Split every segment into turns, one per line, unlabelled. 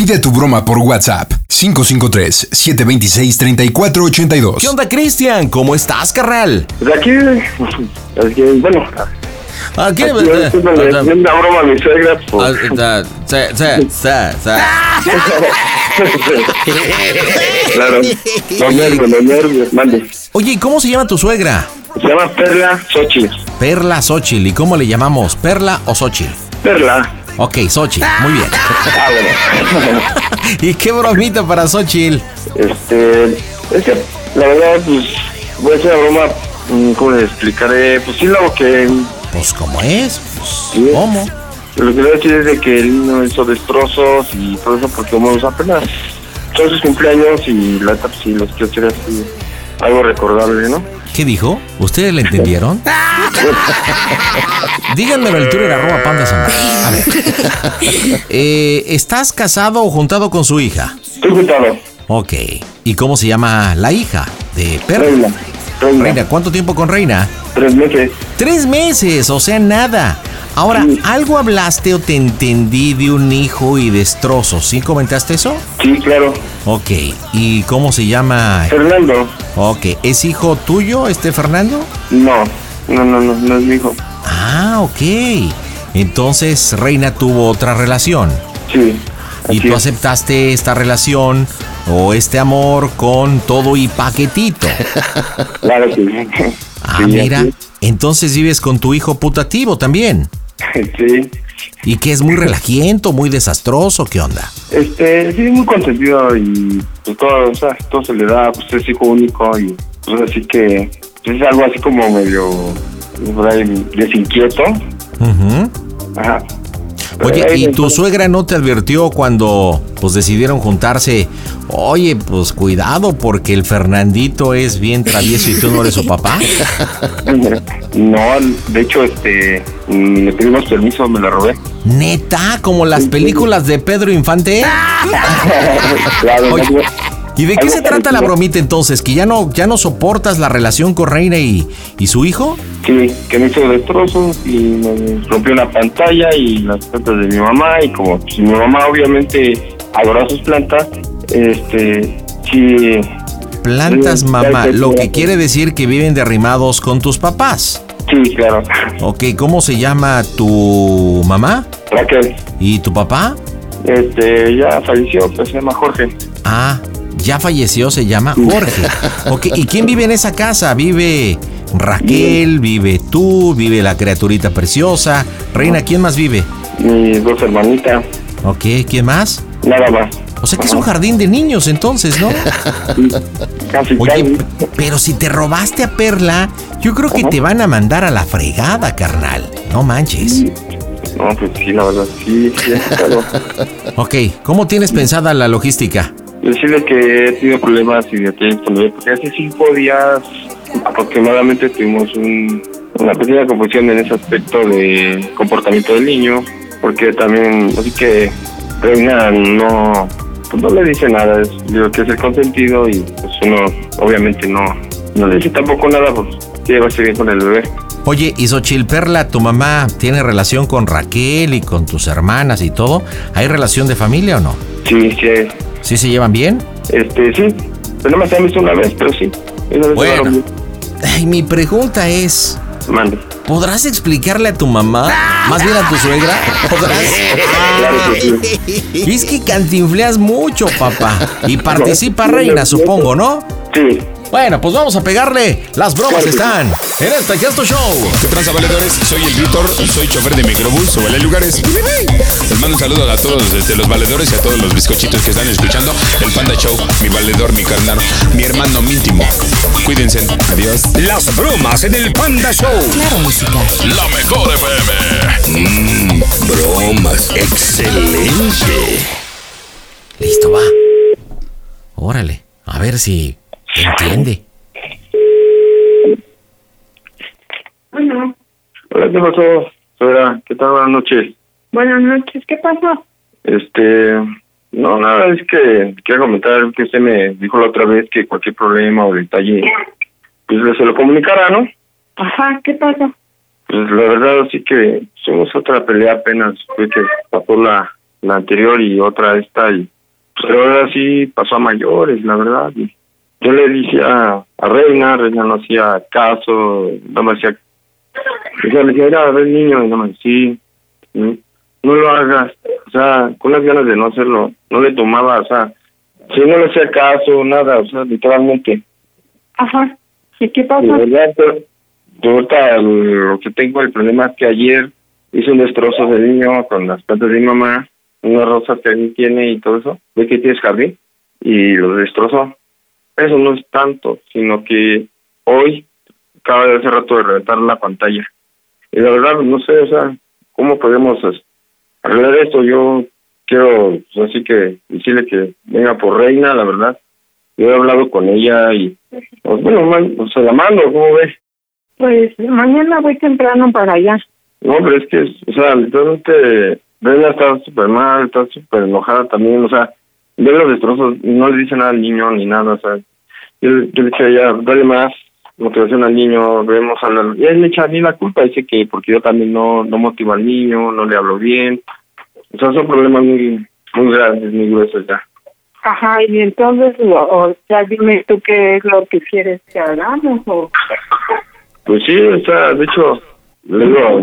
Pide tu broma por WhatsApp 553-726-3482.
¿Qué onda, Cristian? ¿Cómo estás, carnal?
Pues aquí, aquí, bueno,
Ah, ¿qué?
aquí ahorita le
Ah,
le una broma a mi suegra.
ah,
Pues,
ah, sí, sí, sí, sí.
claro, los nervios, los nervios, mande.
Oye, ¿y cómo se llama tu suegra?
Se llama Perla Xochitl.
Perla Xochitl. ¿Y cómo le llamamos? ¿Perla o Xochitl?
Perla.
Ok, Xochitl. Muy bien.
Ah, bueno.
¿Y qué bromita para Xochitl?
este, es que, la verdad, pues, voy a hacer la broma, mm, ¿cómo les explicaré? Pues sí, lo que,
Pues, ¿cómo es? Pues, ¿Cómo?
lo que le voy a decir es de que él no hizo destrozos y todo eso, porque como pues, apenas son sus cumpleaños y la etapa, sí, los quiero hacer así, algo recordable, ¿no?
¿Qué dijo? ¿Ustedes le entendieron? Díganmelo al Twitter arroba panda Zambrano. A ver. Eh, ¿Estás casado o juntado con su hija?
Estoy juntado.
Ok. ¿Y cómo se llama la hija de Perla?
Reina, reina,
Reina, ¿cuánto tiempo con Reina?
tres meses.
Tres meses, o sea, nada. Ahora, algo hablaste o te entendí de un hijo y destrozos, ¿sí comentaste eso?
Sí, claro.
Ok, ¿y cómo se llama?
Fernando,
Ok, ¿es hijo tuyo este Fernando?
no, no, no, no, no es mi hijo.
Ah, ok. Entonces, Reina tuvo otra relación
Sí.
y
así
tú
es.
aceptaste esta relación o este amor con todo y paquetito.
Claro que sí.
Ah,
Sí, así
mira, entonces vives con tu hijo putativo también.
es. Sí.
Y que es muy relajiento, muy desastroso, ¿qué onda?
Este, sí, muy consentido y pues todo, o sea, todo se le da, pues es hijo único y pues así que pues, es algo así como medio por ahí, desinquieto.
Ujú.
Ajá.
Oye,
Pero ahí
¿y
me-
tu suegra no te advirtió cuando pues decidieron juntarse? Oye, pues cuidado porque el Fernandito es bien travieso y tú no eres su papá.
No, de hecho, este, mm, le pedimos permiso, me la robé.
Neta, como las películas de Pedro Infante.
¡Ah! claro,
Oye,
no,
¿Y de qué
algo
se trata la
parecido.
bromita entonces? ¿Que ya no, ya no soportas la relación con Reina y, y su hijo?
Sí, que me hizo destrozos y me rompió la pantalla y las plantas de mi mamá y como pues, mi mamá obviamente adora sus plantas, este, sí,
Plantas
Sí,
mamá,
claro que
lo
sí.
que quiere decir que viven derrimados con tus papás.
sí, claro,
Ok, ¿cómo se llama tu mamá
Raquel,
y tu papá?
este, ya falleció, pues se llama Jorge,
Ah, ya falleció, se llama Jorge. Ok, ¿y quién vive en esa casa? Vive Raquel, vive tú, vive la criaturita preciosa. Reina, ¿quién más vive?
mis dos hermanitas,
Ok, ¿quién más?
nada más,
O sea que es un jardín de niños entonces, ¿no?
casi
Oye,
casi,
p- pero si te robaste a Perla, yo creo que te van a mandar a la fregada, carnal. No manches.
no, pues sí, la verdad, sí, sí, claro,
Ok, ¿cómo tienes pensada la logística?
decirle que he tenido problemas y de tiempo, porque hace cinco días aproximadamente tuvimos un- una pequeña confusión en ese aspecto de comportamiento del niño, porque también, así que Reina no, pues no le dice nada, es, digo que es el consentido y pues uno obviamente no, no le dice tampoco nada, pues llevarse bien con el bebé.
Oye, y Xochil Perla, tu mamá tiene relación con Raquel y con tus hermanas y todo. ¿Hay relación de familia o no?
Sí, sí,
¿Sí se llevan bien?
este, sí, pero no me han visto una vez, pero sí. Una vez
Bueno.
llevaron-
Ay, mi pregunta es,
Mande.
¿Podrás explicarle a tu mamá? Más bien a tu suegra. ¿Podrás?
Claro que sí.
Es que cantinfleas mucho, papá. Y participa Reina, supongo, ¿no?
Sí.
Bueno, pues vamos a pegarle. Las bromas están en este Gesto Show.
¿Qué tranza, valedores? Soy el Víctor y soy chofer de microbús o vale lugares. Les mando un saludo a todos desde los valedores y a todos los bizcochitos que están escuchando el Panda Show. Mi valedor, mi carnal, mi hermano, mi íntimo. Cuídense. Adiós.
Las bromas en el Panda Show.
Claro, música.
La mejor FM. Mm,
Bromas. Excelente.
Listo, va. Órale. A ver si entiende.
Bueno,
Hola, ¿qué pasó? Suegra, ¿qué tal? Buenas noches.
buenas noches. ¿Qué pasó?
Este, no, nada, es que quiero comentar que usted me dijo la otra vez que cualquier problema o detalle, pues se lo comunicara, ¿no?
Ajá, ¿qué pasó?
Pues la verdad sí que somos otra pelea apenas, fue que pasó la, la anterior y otra esta, y pues ahora sí pasó a mayores, la verdad. y yo le dije a, a Reina, Reina no hacía caso, no me hacía... O sea, le decía, mira, a ver niño, y no me decía, sí, no lo hagas, o sea, con las ganas de no hacerlo, no le tomaba, o sea, si no le hacía caso, nada, o sea, literalmente.
Ajá. ¿Y qué
De
pasó?
verdad, pero yo ahorita mm, lo que tengo, el problema es que ayer hice un destrozo de niño con las plantas de mi mamá, unas rosas que alguien tiene y todo eso. Ve que tienes jardín y lo destrozó. Eso no es tanto, sino que hoy acaba de hace rato de reventar la pantalla. Y la verdad, no sé, o sea, ¿cómo podemos es, arreglar esto? Yo quiero, pues, así que decirle que venga por reina, la verdad. Yo he hablado con ella y, pues, bueno, man, pues, se la mando, ¿cómo ves?
Pues mañana voy temprano para allá.
No, pero es que, o sea, literalmente, Brenda está súper mal, está súper enojada también, o sea, ve los destrozos, no le dice nada al niño ni nada, o sea, yo, yo le dije a ella, dale más motivación al niño, debemos hablar, y él le echa a mí la culpa, dice que porque yo también no, no motivo al niño, no le hablo bien, o sea, son problemas muy, muy grandes, muy gruesos ya.
Ajá, y entonces, lo- o sea, dime tú qué es lo que quieres que hagamos o...
Pues sí, o sea, de hecho, le digo,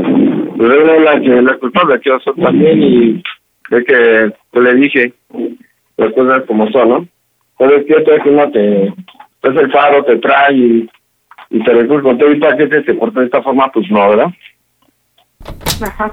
Lorena es la, que, la culpable que yo soy también y de que yo le dije las cosas como son, ¿no? Pero es que otra vez uno te, te hace el faro, te trae y, y te reculpa. Entonces, ahorita que te, te porta de esta forma, pues no, ¿verdad?
Ajá.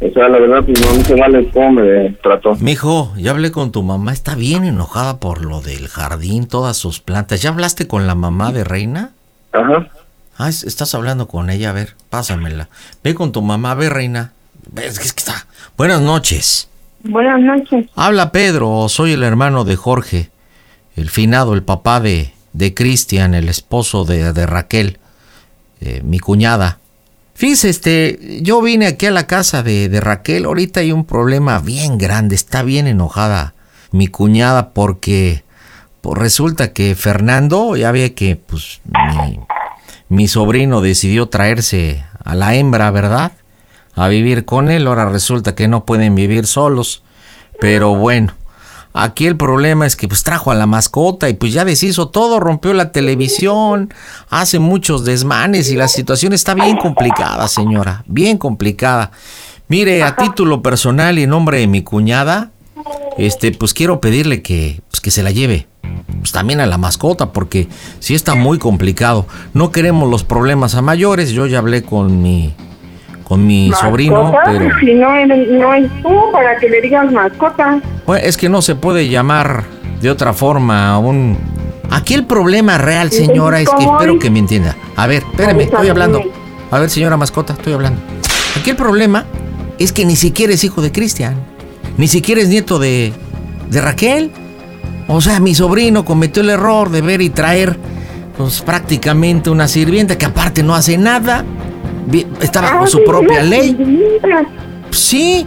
O sea, la verdad, pues no, no se vale cómo me trató.
Mijo, ya hablé con tu mamá. Está bien enojada por lo del jardín, todas sus plantas. ¿Ya hablaste con la mamá de Reina?
Ajá.
Ah, es- estás hablando con ella. A ver, pásamela. Ve con tu mamá. A ver, Reina. Ves que es que está. Buenas noches.
Buenas noches.
Habla Pedro, soy el hermano de Jorge, el finado, el papá de, de Cristian, el esposo de, de Raquel, eh, mi cuñada. Fíjese, este, yo vine aquí a la casa de, de Raquel, ahorita hay un problema bien grande, está bien enojada mi cuñada porque pues, resulta que Fernando, ya ve que pues mi, mi sobrino decidió traerse a la hembra, ¿verdad? A vivir con él, ahora resulta que no pueden vivir solos. Pero bueno, aquí el problema es que pues trajo a la mascota y pues ya deshizo todo, rompió la televisión, hace muchos desmanes y la situación está bien complicada, señora, bien complicada. Mire, a título personal y en nombre de mi cuñada, este, pues quiero pedirle que, pues, que se la lleve. Pues también a la mascota, porque sí está muy complicado. No queremos los problemas a mayores. Yo ya hablé con mi, con mi sobrino,
¿Mascota?
pero.
Si no, eres- no es tú para que le digas mascota.
Bueno, es que no se puede llamar de otra forma a un... Aquí el problema real,
Entonces,
señora, es que
¿cómo
espero
es?
que me entienda. A ver, espérame,
Ahorita
estoy
lo
hablando.
dime.
A ver, señora mascota, estoy hablando. Aquí el problema es que ni siquiera es hijo de Cristian. Ni siquiera es nieto de, de Raquel. O sea, mi sobrino cometió el error de ver y traer pues, prácticamente una sirvienta que aparte no hace nada. Vi- Está bajo
Ah,
su
sí,
propia
sí,
ley.
sí, sí.
Sí,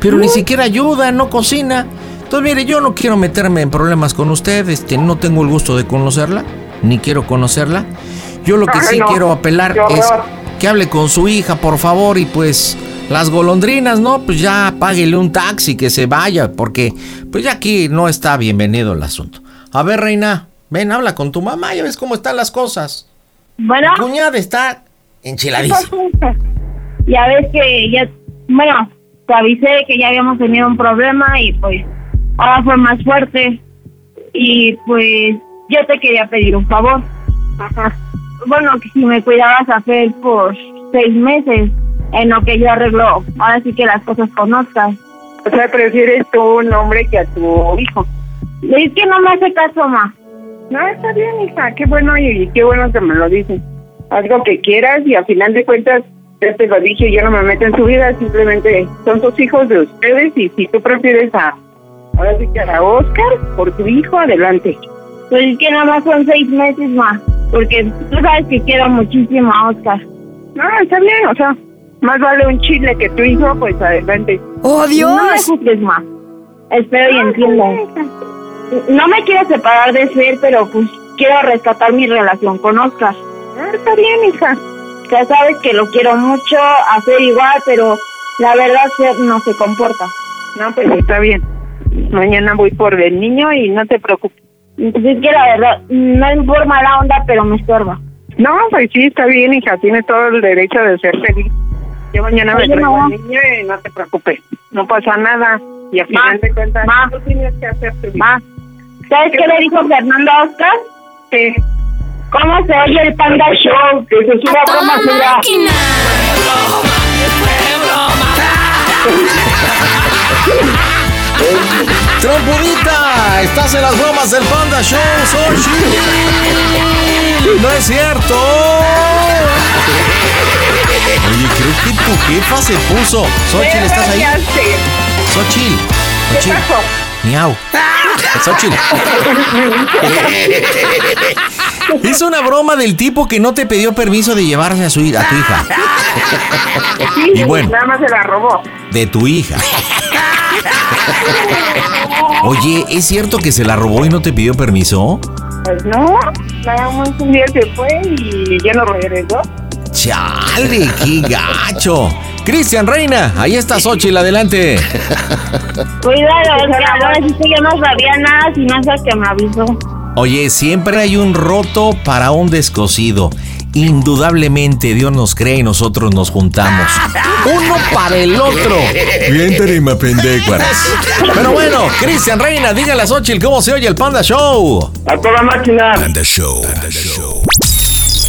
pero ni siquiera ayuda, no cocina. Entonces, mire, yo no quiero meterme en problemas con usted, este, no tengo el gusto de conocerla, ni quiero conocerla. Yo lo que
Ay,
sí
no,
quiero apelar
qué horror.
es que hable con su hija, por favor, y pues las golondrinas, ¿no? Pues ya páguele un taxi, que se vaya, porque pues ya aquí no está bienvenido el asunto. A ver, reina, ven, habla con tu mamá, ya ves cómo están las cosas.
Bueno,
Mi cuñada está
Enchiladísimo.
Ya ves que ya, bueno, te avisé que ya habíamos tenido un problema y pues ahora fue más fuerte. Y pues yo te quería pedir un favor. Ajá. Bueno, que si me cuidabas a Fer por seis meses, en lo que yo arreglo, ahora sí que las cosas conozcas.
O sea, prefieres tú un hombre que a tu hijo.
Es que no me hace caso, ma.
No, está bien, hija. Qué bueno y, y qué bueno que me lo dicen. Haz lo que quieras y al final de cuentas, ya te lo dije, yo no me meto en su vida. Simplemente son sus hijos de ustedes y si tú prefieres a, ahora sí que a Oscar, por tu hijo, adelante.
Pues es que nada más son seis meses, ma. Porque tú sabes que quiero muchísimo a Oscar.
No, está bien, o sea, más vale un chile que tu hijo, pues adelante.
¡Oh,
No me
Dios!
juzgues, ma. Espero y entiendas. No me quiero separar de Fer, pero pues quiero rescatar mi relación con Oscar.
Ah, está bien, hija.
Ya sabes que lo quiero mucho, hacer igual, pero la verdad Fer no se comporta.
No, pues está bien. Mañana voy por el niño y no te preocupes.
Pues es que la verdad, no es por mala onda, pero me estorba.
No, pues sí, está bien, hija. Tienes todo el derecho de ser feliz. Yo mañana me
Oye,
traigo
mamá.
al niño y no te preocupes. No pasa nada. Y al
Ma,
final de cuentas,
ma.
tú tienes que hacer feliz.
Ma, ¿sabes qué le dijo Fernando a Oscar?
¿Qué?
¿Cómo se oye el Panda Show? Que se suba
¡A
a
toda
broma, será.
máquina!
Trompudita, estás en las bromas del Panda Show, Xochitl. No es cierto. Oye, creo que tu jefa se puso. Xochitl, ¿estás ahí? Xochitl. Xochitl. Miau. Xochitl. Hizo una broma del tipo que no te pidió permiso de llevarse a, su, hi- a tu hija. Y bueno.
Nada más se la robó.
De tu hija. Oye, ¿es cierto que se la robó y no te pidió permiso?
Pues no, nada más un día se fue y ya no regresó.
¡Chale, qué gacho! Cristian Reina, ahí está Xochitl, adelante.
Cuidado,
Pues,
Oscar, ahora sí que yo no sabía nada, si no es el que me avisó.
Oye, siempre hay un roto para un descosido. Indudablemente Dios nos cree y nosotros nos juntamos. Uno para el otro. Bien terima Pero bueno, Cristian Reina, dígale a Xochitl cómo se oye el Panda Show.
A toda máquina.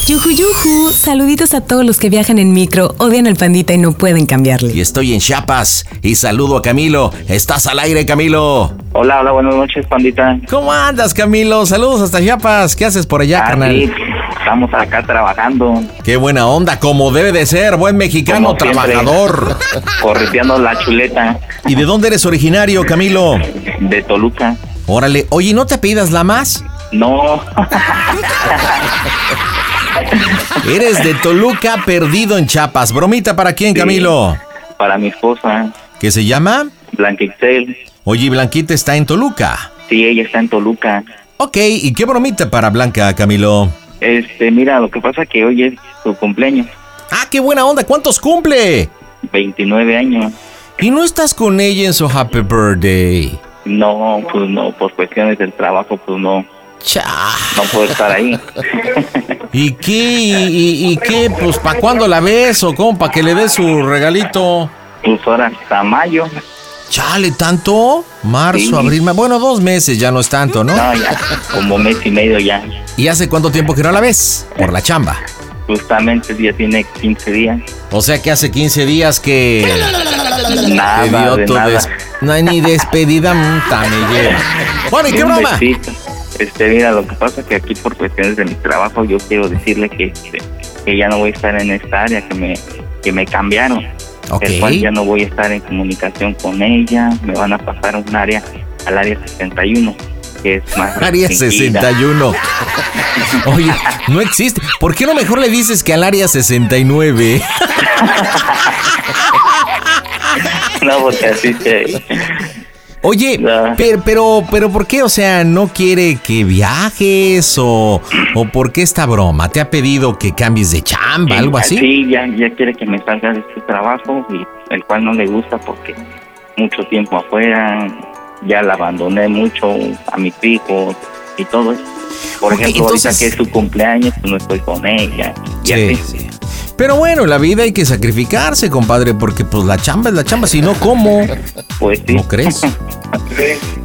Yuju, yuju. Saluditos a todos los que viajan en micro, odian al pandita y no pueden
Y
cambiarle.
estoy en Chiapas y saludo a Camilo. Estás al aire, Camilo.
Hola, hola, buenas noches, pandita.
¿Cómo andas, Camilo? Saludos hasta Chiapas. ¿Qué haces por allá,
Ah,
carnal?
sí, estamos acá trabajando,
Qué buena onda, como debe de ser, buen mexicano
Como siempre.
trabajador.
correteando la chuleta
¿Y de dónde eres originario, Camilo?
de Toluca.
Órale, oye, ¿no te pidas la más?
No,
Eres de Toluca, perdido en Chiapas. Bromita para quién,
Sí.
Camilo?
para mi esposa,
¿Qué se llama?
Blanquixel.
Oye, Blanquita está en Toluca.
Sí, ella está en Toluca.
Ok, ¿y qué bromita para Blanca, Camilo?
Este, mira, lo que pasa que hoy es su cumpleaños,
Ah, qué buena onda, ¿cuántos cumple?
29 años.
Y no estás con ella en su happy birthday.
No, pues no, por cuestiones del trabajo, pues no, no
Cha.
puedo estar ahí.
¿Y qué? ¿Y, y- y qué? Pues, ¿para cuándo la ves o cómo? ¿Para que le des su regalito?
Pues ahora hasta mayo.
Chale, ¿tanto? Marzo,
Sí.
abril, ma- bueno, dos meses ya no es tanto, ¿no?
No, ya, como mes y medio ya.
¿Y hace cuánto tiempo que no la ves? Por la chamba.
Justamente ya tiene 15 días.
O sea que hace 15 días que... te
Nada,
dio
de
tu
nada.
des- No hay ni despedida, muta, me lleva. Bueno, ¿y qué
Un
broma?
besito. Este, mira, lo que pasa es que aquí por cuestiones de mi trabajo yo quiero decirle que, este, que ya no voy a estar en esta área, que me, que me cambiaron.
Ok.
El cual ya no voy a estar en comunicación con ella, me van a pasar a un área, al área 61, que es más...
Área
restringida.
61. Oye, no existe. ¿Por qué no mejor le dices que al área 69?
No, porque así se...
Oye,
Ya.
pero, pero, pero ¿por qué? O sea, ¿no quiere que viajes o, o por qué esta broma? ¿Te ha pedido que cambies de chamba, algo así?
Sí, ya, ya quiere que me salga de este trabajo, y el cual no le gusta porque mucho tiempo afuera, ya la abandoné mucho a mis hijos y todo eso. Por
Ok,
ejemplo,
entonces-
ahorita que es su cumpleaños, pues no estoy con ella. Y así.
sí. Pero bueno, en la vida hay que sacrificarse, compadre, porque pues la chamba es la chamba, si no, ¿cómo?
Pues sí.
¿No crees?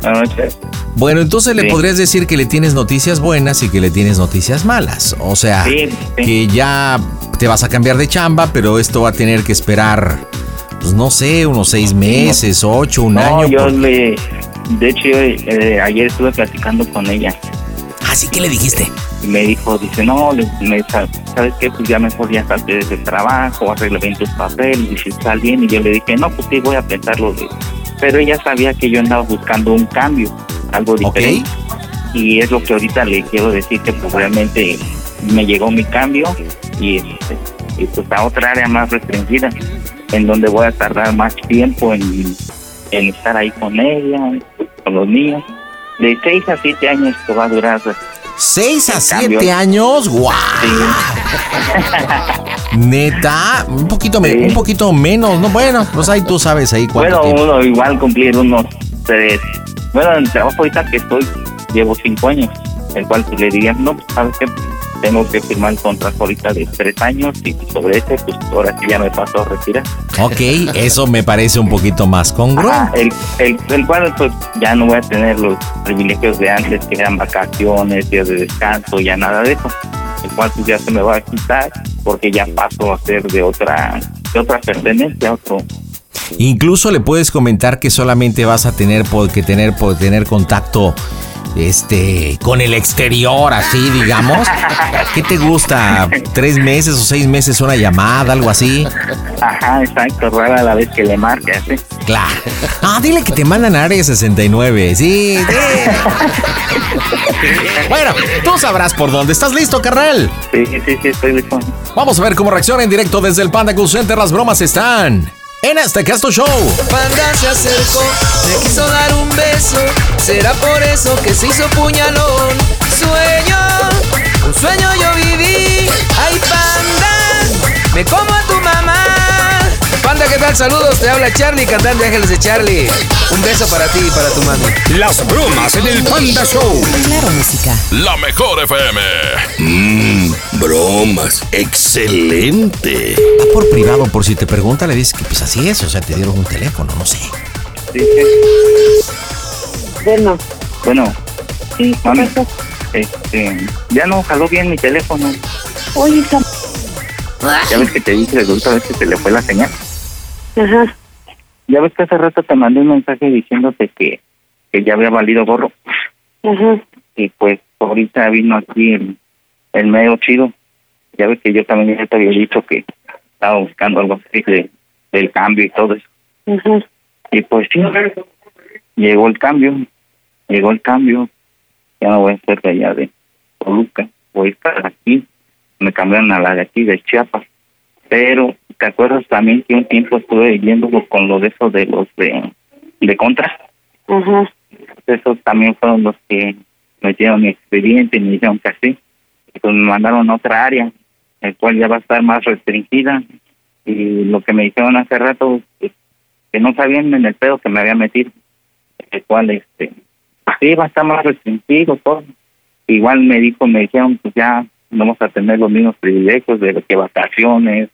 Anoche,
Bueno, entonces le
Sí.
podrías decir que le tienes noticias buenas y que le tienes noticias malas. O sea,
Sí, sí.
que ya te vas a cambiar de chamba, pero esto va a tener que esperar, pues no sé, unos seis meses, ocho, un
No,
año.
yo
por-
le... De hecho, yo, eh, ayer estuve platicando con ella.
Así que Ah, le dijiste.
Y me dijo, dice, no, le- me sa- ¿sabes qué? Pues ya mejor ya salte de ese trabajo, arregla bien tus papeles, dice, sal bien. Y yo le dije, no, pues sí, voy a pensarlo. de-". Pero ella sabía que yo andaba buscando un cambio, algo
Ok.
diferente. Y es lo que ahorita le quiero decir, que pues realmente me llegó mi cambio y, este, y pues a otra área más restringida, en donde voy a tardar más tiempo en, en estar ahí con ella, con los niños. De seis a siete años que va a durar pues,
¿Seis a
En
siete
cambio-
años? ¡Guau! Neta, un poquito, me-
Sí.
un poquito menos, ¿no? Bueno, pues ahí tú sabes ahí cuánto
Bueno,
tiempo.
uno igual cumplir unos tres. Bueno, en el trabajo ahorita que estoy, llevo cinco años, el cual pues, le diría, no, pues, sabes que tengo que firmar el contrato ahorita de tres años y sobre ese, pues ahora sí ya me paso a retirar.
Ok, eso me parece un poquito más
Ajá,
congruente.
el, el, el cual pues ya no voy a tener los privilegios de antes, que eran vacaciones, días de descanso, ya nada de eso. El cual pues ya se me va a quitar porque ya paso a ser de otra, de otra pertenencia, otro,
Incluso le puedes comentar que solamente vas a tener por- que tener por tener contacto este con el exterior, así digamos. ¿Qué te gusta? ¿Tres meses o seis meses una llamada, algo así?
Ajá, exacto, rara la vez que le marcas, ¿eh?
Claro. Ah, dile que te mandan a Área 69. Sí, sí. Bueno, tú sabrás por dónde. ¿Estás listo, carnal?
Sí, sí, sí, estoy listo.
Vamos a ver cómo reacciona en directo desde el Panda Cool Center. Las bromas están en este Casto Show.
Panda se acercó, le quiso dar un beso. Será por eso que se hizo puñalón. Sueño, un sueño yo viví. Ay, panda, me como a tu mamá. Panda, ¿qué tal? Saludos, te habla Charlie, cantante de Ángeles de Charlie. Un beso para ti y para tu mami.
Las bromas en el Panda Show.
Claro, música.
La mejor FM.
Mm,
Mmm, bromas. Excelente.
Va por privado, por si te pregunta, le dices que pues así es. O sea, te dieron un teléfono, no sé.
Sí, sí.
Bueno,
Bueno,
sí, ¿qué
Mami.
pasó?
este, ya no jaló bien mi teléfono.
Oye, esa-
Ya ves que te dije la última vez que se le fue la señal.
Ajá.
Ya ves que hace rato te mandé un mensaje diciéndote que, que ya había valido gorro.
Ajá.
Y pues ahorita vino aquí el, el medio chido. Ya ves que yo también ya te había dicho que estaba buscando algo así de- del cambio y todo eso.
Ajá.
Y pues sí, llegó el cambio, llegó el cambio. Ya no voy a ser de allá de Toluca, voy a estar aquí. Me cambiaron a la de aquí, de Chiapas. Pero, ¿te acuerdas también que un tiempo estuve viviendo con los de esos de los de, de Contra?
Ajá.
Esos también fueron los que me dieron mi expediente y me dijeron que así. Y Pues me mandaron a otra área, el cual ya va a estar más restringida. Y lo que me dijeron hace rato, pues, que no sabían en el pedo que me había metido, el cual, este, así va a estar más restringido todo. Igual me dijo, me dijeron, pues ya no vamos a tener los mismos privilegios de que vacaciones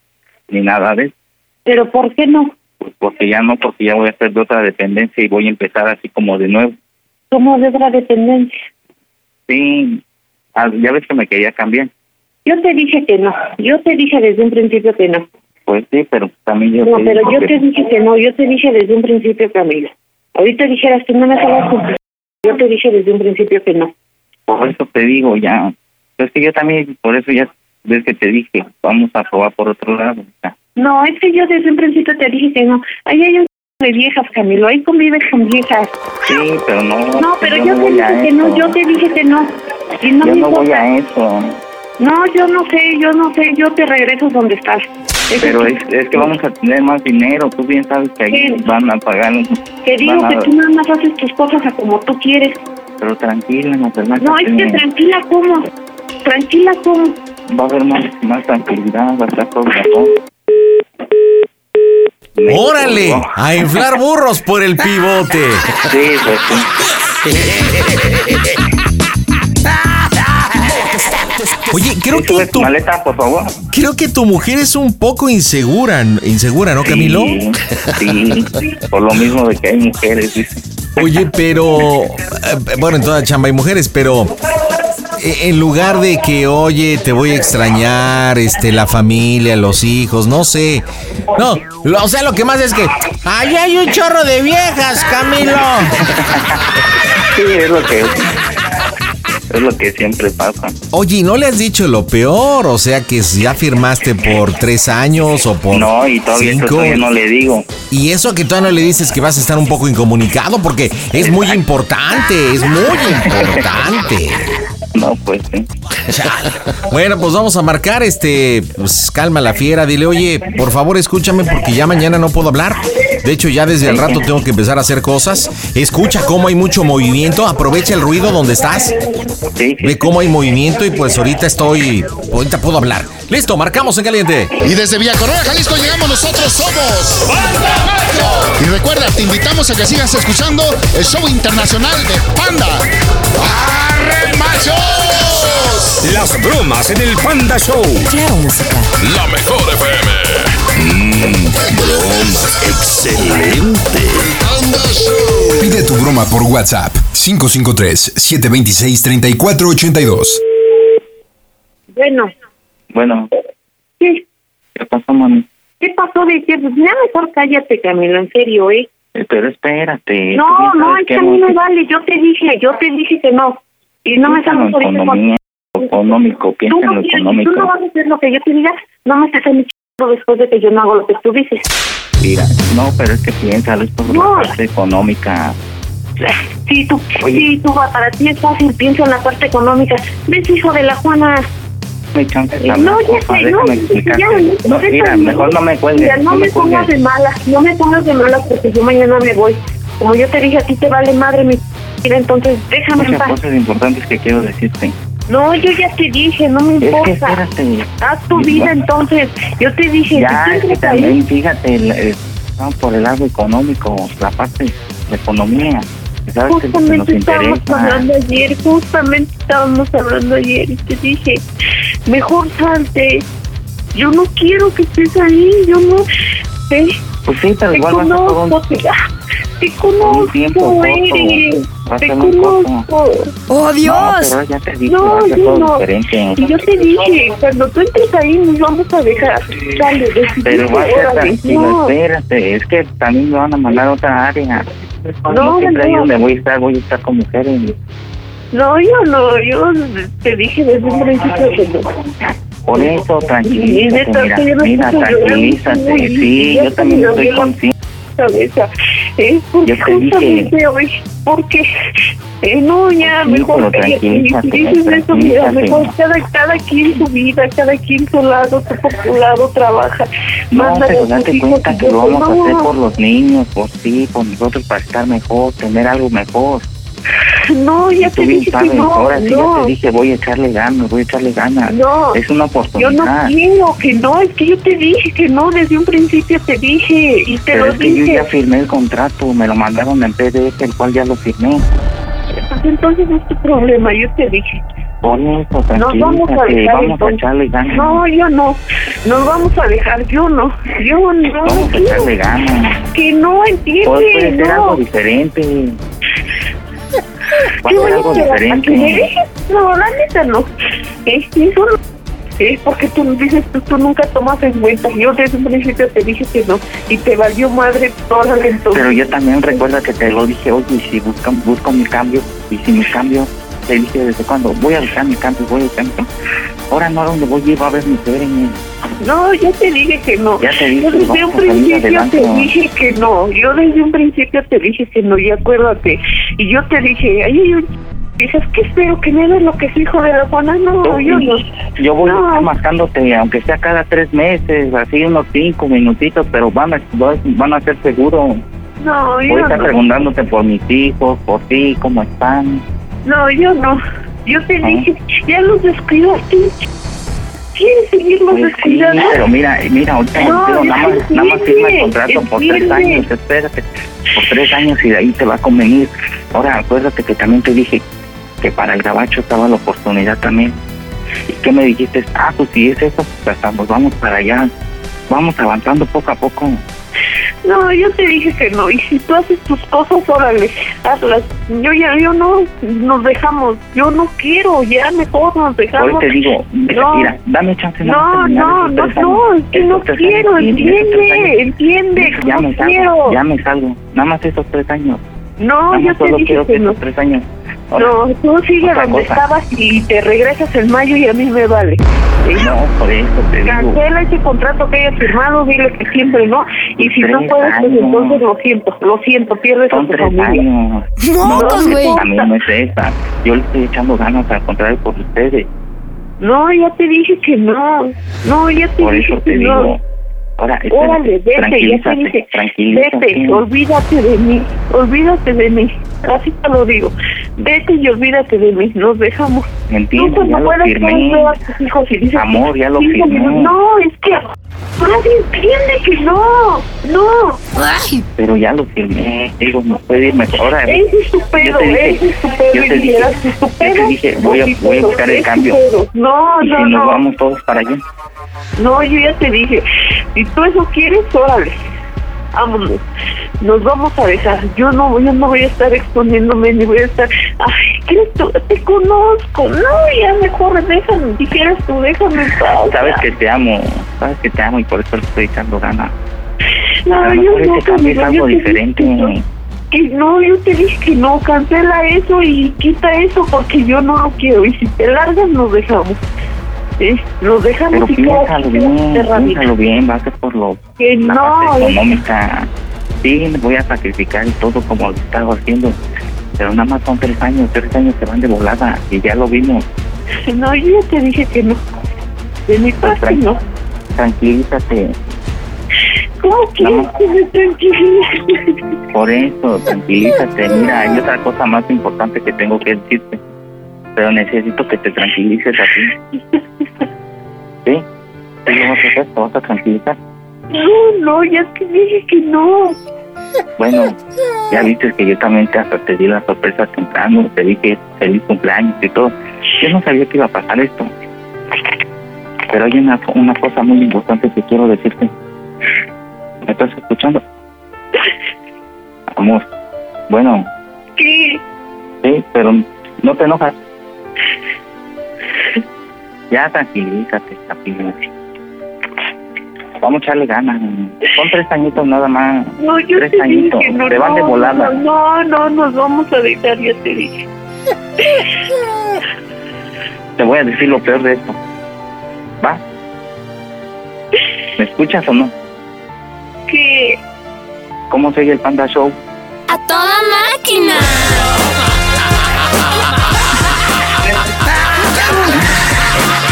ni nada de eso.
Pero ¿por qué no?
Pues porque ya no, porque ya voy a ser de otra dependencia y voy a empezar así como de nuevo.
¿Cómo de otra dependencia?
Sí, ah, ya ves que me quería cambiar.
Yo te dije que no. Yo te dije desde un principio que no.
Pues sí, pero también yo...
No,
te
pero
digo
yo
que-
te dije que no. Yo te dije desde un principio, Camila. Ahorita dijeras que no me
Ah.
acabas con- Yo te dije desde un principio que no.
Por eso te digo, ya... Es que yo también, por eso ya, ves que te dije, vamos a probar por otro lado. o sea,
No, es que yo desde un principio te dije que no. Ahí hay un de viejas, Camilo. Ahí convives con viejas.
Sí, pero no...
No, pero yo te
voy a
dije que no.
eso.
Yo te dije que no. Y no
Yo
me
no voy
importa.
a eso.
No, yo no sé, yo no sé, yo te regreso donde estás. Eso
Pero
sí.
es, es que vamos a tener más dinero. Tú bien sabes que ahí
Sí.
van a pagar...
Te digo
van a-
que tú nada más haces tus cosas a como tú quieres.
Pero tranquila, no,
No, es que tranquila como, tranquila como.
Va a haber más, más tranquilidad, va a estar todo mejor.
¡Órale! A inflar burros por el pivote.
Sí, pues sí. Pues,
Te
Oye, creo que tu
maleta, por favor.
Creo que tu mujer es un poco insegura, insegura, ¿no, Camilo?
Sí, sí, por lo mismo de que hay mujeres. dice.
Oye, pero eh, bueno, en toda chamba hay mujeres, pero eh, en lugar de que, oye, te voy a extrañar, este, la familia, los hijos, no sé. No, lo- o sea, lo que más es que ahí hay un chorro de viejas, Camilo.
Sí, es lo que es lo que siempre pasa.
Oye, ¿y no le has dicho lo peor? O sea, que ya firmaste por tres años o por
No, y todavía eso
cinco.
todavía no le digo.
Y eso que todavía no le dices que vas a estar un poco incomunicado, porque es muy importante, es muy importante.
No, pues sí.
Chale. Bueno, pues vamos a marcar, este, pues calma la fiera, dile, oye, por favor escúchame porque ya mañana no puedo hablar. De hecho, ya desde el rato tengo que empezar a hacer cosas. Escucha cómo hay mucho movimiento, aprovecha el ruido donde estás. Ve cómo hay movimiento y pues ahorita estoy, ahorita puedo hablar. Listo, marcamos en caliente.
Y desde Villa Corona, Jalisco, llegamos nosotros somos. ¡Panda Y recuerda, te invitamos a que sigas escuchando el show internacional de Panda. ¡Arre machos!
Las bromas en el Panda Show. Claro, música.
La mejor FM.
Mm, Bromas, excelente.
Pide tu broma por WhatsApp 553-726-3482.
Bueno,
Bueno,
¿qué,
¿qué pasó, mami?
qué pasó de qué? Pues ya mejor cállate, Camilo, en serio, ¿eh?
Eh, Pero espérate. tú
no,
bien
no,
sabes
es
que
que a mí
no-
me vale, yo te dije, yo te dije que no. Y no me
piensa en
salgo
lo
por ese
economía, lo económico,
Tú
piensa en
no,
lo
quieres- tú no
económico.
vas a hacer lo que yo te diga, no me estés mi chico después de que yo no hago lo que tú dices.
Mira, no, pero es que piensa, es por
No.
la parte económica.
Sí, tú, sí, tú, para ti es fácil, piensa en la parte económica. Ves, hijo de la Juana.
Me chance de
Eh,
hablar,
No, ya
porfa,
sé, no,
déjame
ya,
explicarte.
ya,
No,
ya,
mira,
ya,
mejor no me cuelgues.
Mira, no
no
me pongas de
cuelgues.
malas, no me pongas de malas porque yo mañana me voy. Como yo te dije, a ti te vale madre mi mira, entonces déjame en
Muchas
paz.
cosas importantes que quiero decirte.
No, yo ya te dije, no me
Es que
importa.
espérate.
Haz tu vida entonces. Yo te dije,
Ya,
si
es
tú
que
entras ahí,
también, fíjate, el- el- vamos por el lado económico, la parte de economía. ¿Sabes que es lo que nos
Justamente estábamos
interesa?
hablando ayer, justamente estábamos hablando ayer y te dije, mejor salte. Yo no quiero que estés ahí, yo no sé.
Pues sí, pero
te
igual va a ser todo un-
conozco, te, ah, te conozco,
tiempo corto,
eres.
va a
Te
ser muy corto.
conozco. ¡Oh,
Dios! pero ya te dije, va a
no,
ser
yo
todo
no.
diferente.
Y yo te dije, cuando tú entres ahí, nos vamos a dejar. Dale,
Pero va a
decidiste,
ser
órale,
tranquilo,
no.
espérate, es que también me van a mandar a otra área.
No,
No, siempre ahí
no.
donde voy a estar, voy a estar con mujeres.
No, yo no, yo te dije desde un principio que no.
Por eso,
Y
tranquilízate,
neta,
mira,
que yo no
mira,
estoy llorando,
tranquilízate.
muy
Sí,
bien,
yo también
ya
estoy
me
consciente.
cabeza. Es porque
Yo te dije.
justamente hoy, porque eh, no, ya,
Sí,
mejor
pero
que
tranquilízate,
dices eso, mira,
tranquilízate.
mejor cada, cada quien su vida, cada quien su lado, tú por tu lado trabaja.
No,
Mándale
pero
a tus
date
hijos
cuenta
y
que
yo,
lo vamos a hacer
no,
por los niños, por ti, por nosotros, para estar mejor, tener algo mejor.
No, ya te
Tú bien
dije que
sabes,
no,
ahora sí ya
no.
te dije, voy a echarle ganas, voy a echarle ganas.
No.
es una
Yo no
oportunidad.
quiero que no, es que yo te dije que no, desde un principio te dije y te
pero
lo
es que yo
dije.
ya firmé el contrato, me lo mandaron en PDF, el cual ya lo firmé.
Pues entonces es tu problema, yo te dije.
Por eso,
Nos
tranquilízate,
vamos a dejar
vamos a
entonces.
echarle ganas.
No, yo no. Nos vamos a dejar, yo no. Yo no.
vamos a
quiero.
echarle ganas.
Que no
Pues
entiende,
puede ser algo
no.
diferente. Va a
Yo
ser
voy a
algo
esperar a que me
diferente.
dejes. No, la neta no. Es eso no. Es porque tú dices, pues, tú, tú nunca tomas en cuenta. Yo desde un principio te dije que no. Y te valió madre toda la entonces.
Pero yo también recuerda que te lo dije, oye, si busco, busco mi cambio, y si mi cambio, te dije desde cuando, voy a buscar mi cambio, voy a buscar mi cambio. Ahora no, a donde voy, iba a ver mi ¿eh? mujeres. ni-
No, yo te dije que no.
Ya te dije,
yo desde
vamos
un
a salir
principio
adelante.
te dije que no. Yo desde un principio te dije que no, y acuérdate. Y yo te dije, ay, ay, ay, dices que espero que me des lo que es hijo de la Juana.
Oh,
No, yo no.
Yo voy a estar marcándote, aunque sea cada tres meses, así unos cinco minutitos, pero van a, van a ser seguro.
No,
Voy a
yo
estar
no.
preguntándote por mis hijos, por ti, cómo están.
No, yo no. Yo
Ah.
te dije, ya los descuidaste. ¿Quieres seguirlos
Pues sí,
descuidando?
pero mira, mira, ahorita
No,
digo,
ya
nada, más, nada más firma el contrato por tres
entiende.
años, espérate, por tres años y de ahí te va a convenir. Ahora, acuérdate que también te dije que para el gabacho estaba la oportunidad también. ¿Y qué me dijiste? Ah, pues si es eso, pues hasta nos vamos para allá. Vamos avanzando poco a poco.
No, yo te dije que no. Y si tú haces tus cosas, órale, hazlas. Yo ya, yo no, nos dejamos. Yo no quiero, ya mejor nos dejamos.
Hoy te digo, mira,
no,
mira, dame chance.
no, no, no, no, es que no quiero, entiende, entiende,
ya
no
me salgo,
quiero.
Ya me salgo. Nada más estos tres años.
No,
Nada
yo
más
te
solo
dije
quiero que
que no.
estos tres años. Ahora,
No, tú sigue
otra
donde
cosa.
estabas y te regresas en mayo y a mí me vale. ¿sí?
No, por eso te digo.
Cancela ese contrato que hayas firmado, dile que siempre no. Y si no
Tres
puedes, pues
años.
entonces lo siento, lo siento, pierdes a
Son
tu
tres
familia.
años.
Mocos, güey.
A mí no es esa. Yo le estoy echando ganas al contrario por ustedes.
No, ya te dije que no. No, ya te
Por
dije
eso
que
te
no.
digo. Ahora, espérate,
Órale, vete, pues, ya te
tranquilízate,
dije.
tranquilízate.
Vete, olvídate de mí, olvídate de mí. Así te lo digo. Vete y olvídate de mí, nos dejamos.
¿Me entiendes?
Tú cuando
Ya lo
puedas
firmé.
puedes ver a tus hijos y dices,
Amor, ya lo
"Sí,
firmé".
no, No, es que nadie entiende que no, no.
Pero ya lo firmé. Digo, no puede ir mejor. Ahora,
Ese es tu
yo
pedo,
te dije,
ese es tu pedo,
yo te
y
dije,
vieras que tu
yo te
pedo,
dije, voy a, voy a buscar el
es tu
cambio.
pedo. No,
y
no,
si nos
no.
vamos todos para allá.
No, yo ya te dije, si tú eso quieres, órale, vámonos, nos vamos a dejar. Yo no, yo no voy a estar exponiéndome ni voy a estar, ay, ¿quieres tú? Te conozco, no, ya mejor déjame, dijeras tú, déjame en paz.
Sabes que te amo, sabes que te amo y por eso le estoy echando ganas. A
No,
lo
yo
mejor
no,
este cambio es
Camilo, yo
algo
te dije
diferente.
que no, yo te dije que no, cancela eso y quita eso porque yo no lo quiero. Y si te largas, nos dejamos. ¿sí? Nos dejamos
Pero
y cada
piénsalo
quien se
bien,
radica.
piénsalo bien, va a ser por lo
Que
la
Eh, no,
parte
es-
económica. Sí, me voy a sacrificar y todo como lo estaba haciendo. Pero nada más son tres años, tres años se van de volada y ya lo vimos.
No, yo ya te dije que no. De mi parte, no.
Pues, Tranquilízate,
¿Cómo quieres que me tranquilice?
por eso, tranquilízate. Mira, hay otra cosa más importante que tengo que decirte. Pero necesito que te tranquilices a ti. ¿Sí? ¿Tú lo vas a hacer? ¿Te vas a tranquilizar?
No, no, ya te dije que no.
Bueno, ya viste que yo también te, hasta te di la sorpresa temprano, te dije feliz cumpleaños y todo. Yo no sabía que iba a pasar esto. Pero hay una, una cosa muy importante que quiero decirte. ¿Me estás escuchando? Amor, bueno,
Sí,
sí, pero no te enojas. Ya tranquilízate, tranquilízate. Vamos a echarle ganas. Son tres añitos nada más.
no, yo
tres
te
añitos.
dije que no.
te van de
no,
volada.
No, no, no, nos vamos a dejar, ya te dije.
Te voy a decir lo peor de esto. ¿Va? ¿Me escuchas o no?
Que
¿Cómo se oye el Panda Show?
A toda máquina.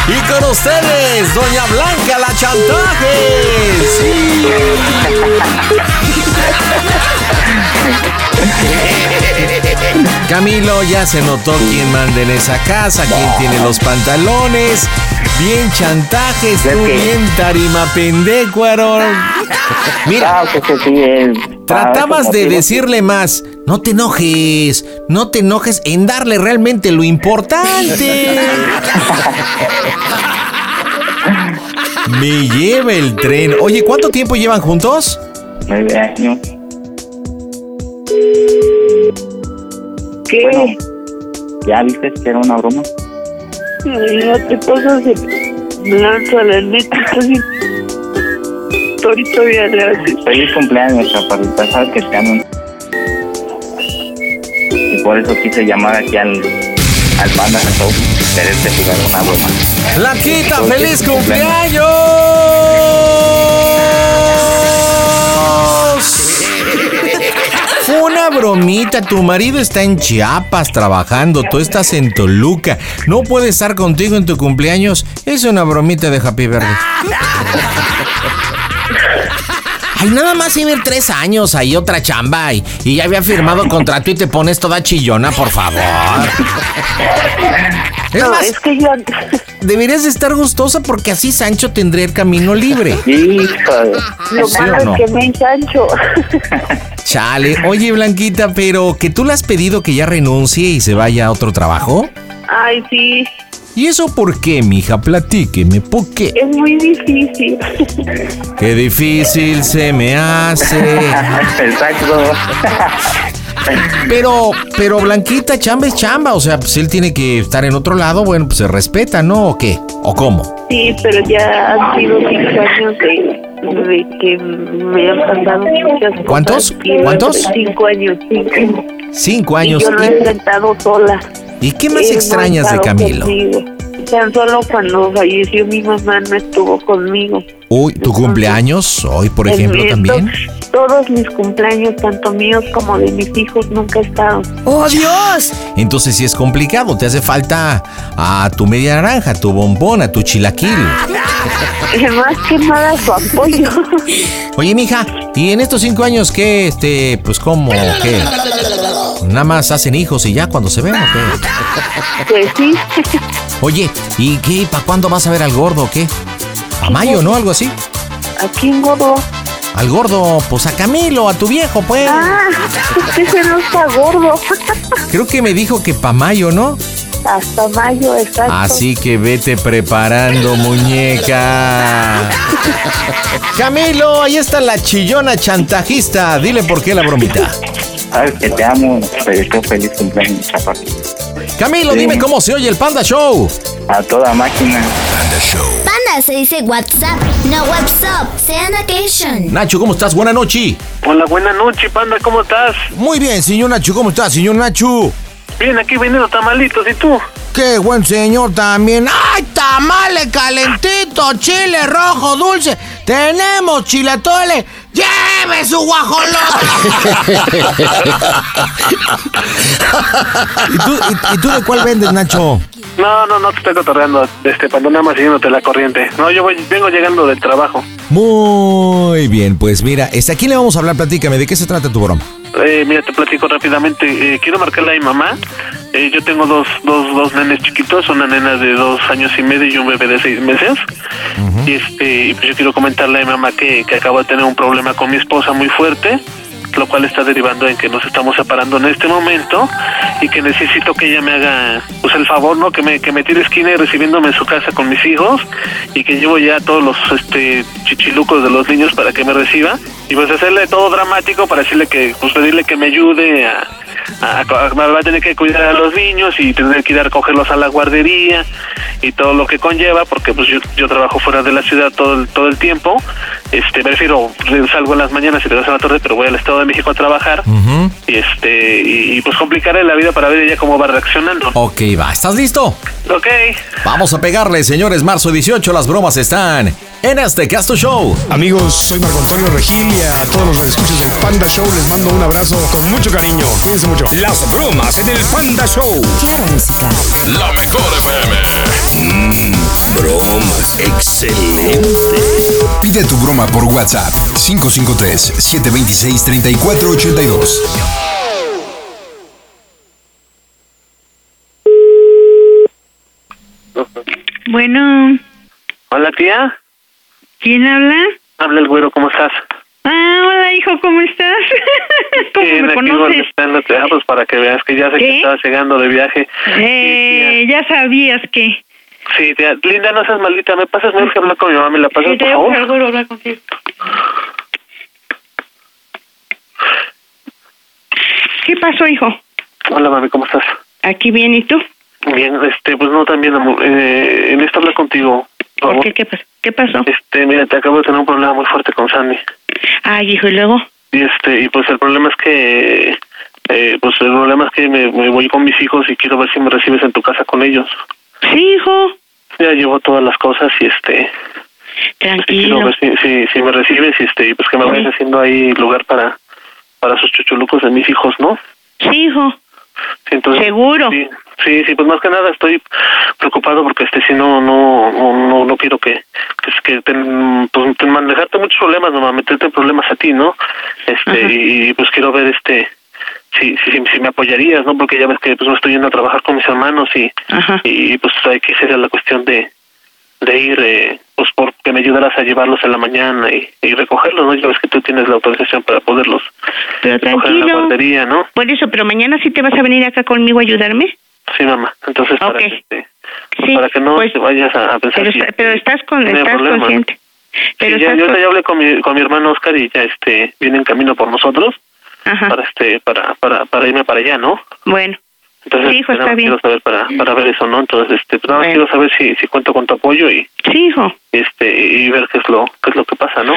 Y con ustedes, Doña Blanca la Chantaje. Sí. Camilo, ya se notó quién manda en esa casa, quién tiene los pantalones. Bien chantajes, tú bien tarima pendecuaro. Mira, tratabas
como
de
te digo.
decirle más. No te enojes, no te enojes en darle realmente lo importante. Me lleva el tren. Oye, ¿cuánto tiempo llevan juntos?
Nueve años.
¿Qué?
Bueno, ¿ya viste que era una broma?
Ay, no te pasas de lanza, la neta, estás bien torito bien le haces.
Feliz cumpleaños, chaparrita. Sabes que te amo. Y por eso quise llamar aquí al, al Panda Show. Quererte jugar una broma.
¡Blanquita,
Oye,
feliz
tu cumpleaños.
cumpleaños! Fue una bromita, tu marido está en Chiapas trabajando, tú estás en Toluca, no puede estar contigo en tu cumpleaños, es una bromita de Happy Birthday. Ay, nada más iba a ir tres años, ahí otra chamba y, y ya había firmado contrato y te pones toda chillona, por favor. Es más, deberías de estar gustosa porque así Sancho tendría el camino libre.
Lo
Ah, ¿Sí
malo
o no?
es que me engancho.
Chale, oye Blanquita, pero que tú le has pedido que ya renuncie y se vaya a otro trabajo.
Ay, sí.
¿Y eso por qué, mija? Platíqueme, ¿por qué?
Es muy difícil.
Qué difícil se me hace.
Exacto.
Pero, pero Blanquita, chamba es chamba. O sea, pues él tiene que estar en otro lado. Bueno, pues se respeta, ¿no? ¿O qué? ¿O cómo?
Sí, pero ya han sido cinco años de, de que me han pasado muchas cosas.
¿Cuántos?
Y bueno,
¿Cuántos?
Cinco años, cinco.
Cinco años.
Y yo lo he enfrentado sola.
¿Y qué más
Él no ha
extrañas de
estado
Camilo?
conmigo. Tan solo cuando falleció mi mamá no estuvo conmigo.
Uy, tu cumpleaños, hoy por
El
ejemplo
resto,
también.
Todos mis cumpleaños, tanto míos como de mis hijos, nunca he estado.
¡Oh, Dios! Entonces sí es complicado, te hace falta a tu media naranja, tu bombón, a tu chilaquil.
Más que nada su apoyo.
Oye, mija, ¿y en estos cinco años qué, este, pues cómo, qué? Nada más hacen hijos y ya cuando se ven, ¿o qué?
Pues sí.
Oye, ¿y qué? ¿Para cuándo vas a ver al gordo o qué? ¿A mayo, no? Algo así.
¿A quién gordo?
Al gordo, pues a Camilo, a tu viejo, pues.
Ah, ese no está gordo.
Creo que me dijo que pa' mayo, ¿no?
Hasta mayo está.
Así que vete preparando, muñeca. Camilo, ahí está la chillona chantajista. Dile por qué la bromita.
Sabes que te amo, pero tú feliz cumpleaños, papá.
Camilo, dime cómo se oye el Panda Show.
A toda máquina.
Panda Show.
Panda se dice WhatsApp, no WhatsApp. Sea on occasion.
Nacho, ¿cómo estás? Buena noche.
Hola, buena noche, Panda, ¿cómo estás?
Muy bien, señor Nacho, ¿cómo estás, señor Nacho?
Bien, aquí vendiendo tamalitos, ¿y tú?
Qué buen señor también. ¡Ay,
tamales calentitos, chile rojo, dulce. Tenemos chilatole. ¡Lleve su guajolote!
¿Y tú, y- y tú de cuál vendes, Nacho?
No, no, no te estoy cotorreando, este, Panda, nada más siguiéndote la corriente. No, yo voy- vengo llegando del trabajo.
Muy bien, pues mira, ¿a quién le vamos a hablar? Platícame, ¿de qué se trata tu broma?
Eh, mira, te platico rápidamente. Eh, quiero marcarle a mi mamá. Eh, yo tengo dos, dos, dos nenes chiquitos, una nena de dos años y medio y un bebé de seis meses. Y este, y pues yo quiero comentarle a mi mamá que, que acabo de tener un problema con mi esposa muy fuerte, lo cual está derivando en que nos estamos separando en este momento y que necesito que ella me haga pues el favor, ¿no? Que me, que me tire esquina y recibiéndome en su casa con mis hijos y que llevo ya todos los este chichilucos de los niños para que me reciba y pues hacerle todo dramático para decirle que pues pedirle que me ayude a, a- a- va a tener que cuidar a los niños y tener que ir a recogerlos a la guardería y todo lo que conlleva porque pues yo, yo trabajo fuera de la ciudad todo el, todo el tiempo este me refiero salgo en las mañanas y regreso en la tarde pero voy al estado de México a trabajar y este y, y, pues complicaré la vida para ver ella cómo va reaccionando
Oh.
Ok, va, ¿estás listo?
Ok.
Vamos a pegarle, señores. Marzo 18, las bromas están en este Casto Show.
Amigos, soy Marco Antonio Regil y a todos los escuchos del Panda Show les mando un abrazo con mucho cariño. Cuídense mucho.
Las bromas en el Panda Show. La mejor FM.
Broma. Excelente.
Pide tu broma por WhatsApp 553-726-3482.
Ah.
Bueno,
hola tía
¿quién habla?
habla el güero cómo estás
Ah, hola hijo, ¿cómo estás? ¿Cómo
Bien,
Pues, me
aquí
conoces?
molestándote, ah, pues, para que veas que ya sé
¿Qué?
que estabas llegando de viaje
Eh, ya sabías que...
sí tía linda no seas maldita me pasas me urge hablar con mi mamá me la pasas
Sí,
por
te voy
favor
a volver a hablar contigo. ¿Qué pasó, hijo?
hola mami cómo estás
Aquí bien, ¿y tú?
Bien, este, pues no, también, amor, eh, en esto hablar contigo. ¿Por favor.
¿Qué, qué pasó? ¿Qué pasó?
Este, mira, te acabo de tener un problema muy fuerte con Sandy.
Ay, hijo, ¿y luego?
Y este, y pues el problema es que, eh, pues el problema es que me, me voy con mis hijos y quiero ver si me recibes en tu casa con ellos.
Sí, hijo,
Ya llevo todas las cosas y este, y quiero
tranquilo.
ver si, si, si me recibes y este, y pues que me vayas haciendo ahí lugar para, para sus chuchulucos de mis hijos, ¿no?
Sí, hijo,
Sí, entonces,
seguro.
Sí, sí, sí, pues más que nada estoy preocupado porque este si no no no no, no quiero que que, que te, pues, te- manejarte muchos problemas, nomás meterte en problemas a ti, ¿no? Este y, y, pues quiero ver este si, si si- si me apoyarías, ¿no? Porque ya ves que pues me estoy yendo a trabajar con mis hermanos y y pues aquí sería la cuestión de de ir eh, pues porque me ayudaras a llevarlos en la mañana y, y recogerlos, ¿no? Ya ves que tú tienes la autorización para poderlos
Pero
recoger en la
tranquilo.
guardería, ¿no?
Por eso, pero mañana sí te vas a venir acá conmigo a ayudarme.
Sí, mamá. Entonces, para que, este,
Sí, pues,
para que no te vayas a, a pensar
Pero,
si-
está- pero estás, con,
tiene
estás
problema.
consciente. Pero
Sí, ya,
estás
yo
con-
ahorita ya hablé con mi, con mi hermano Oscar y ya este viene en camino por nosotros para este para, para para irme para allá, ¿no?
Bueno,
Entonces,
Sí, hijo,
nada
está
más
bien.
quiero saber para, para ver eso, ¿no? Entonces, este, pues, nada más quiero saber si, si cuento con tu apoyo y
sí, hijo.
este y ver qué es lo qué es lo que pasa, ¿no?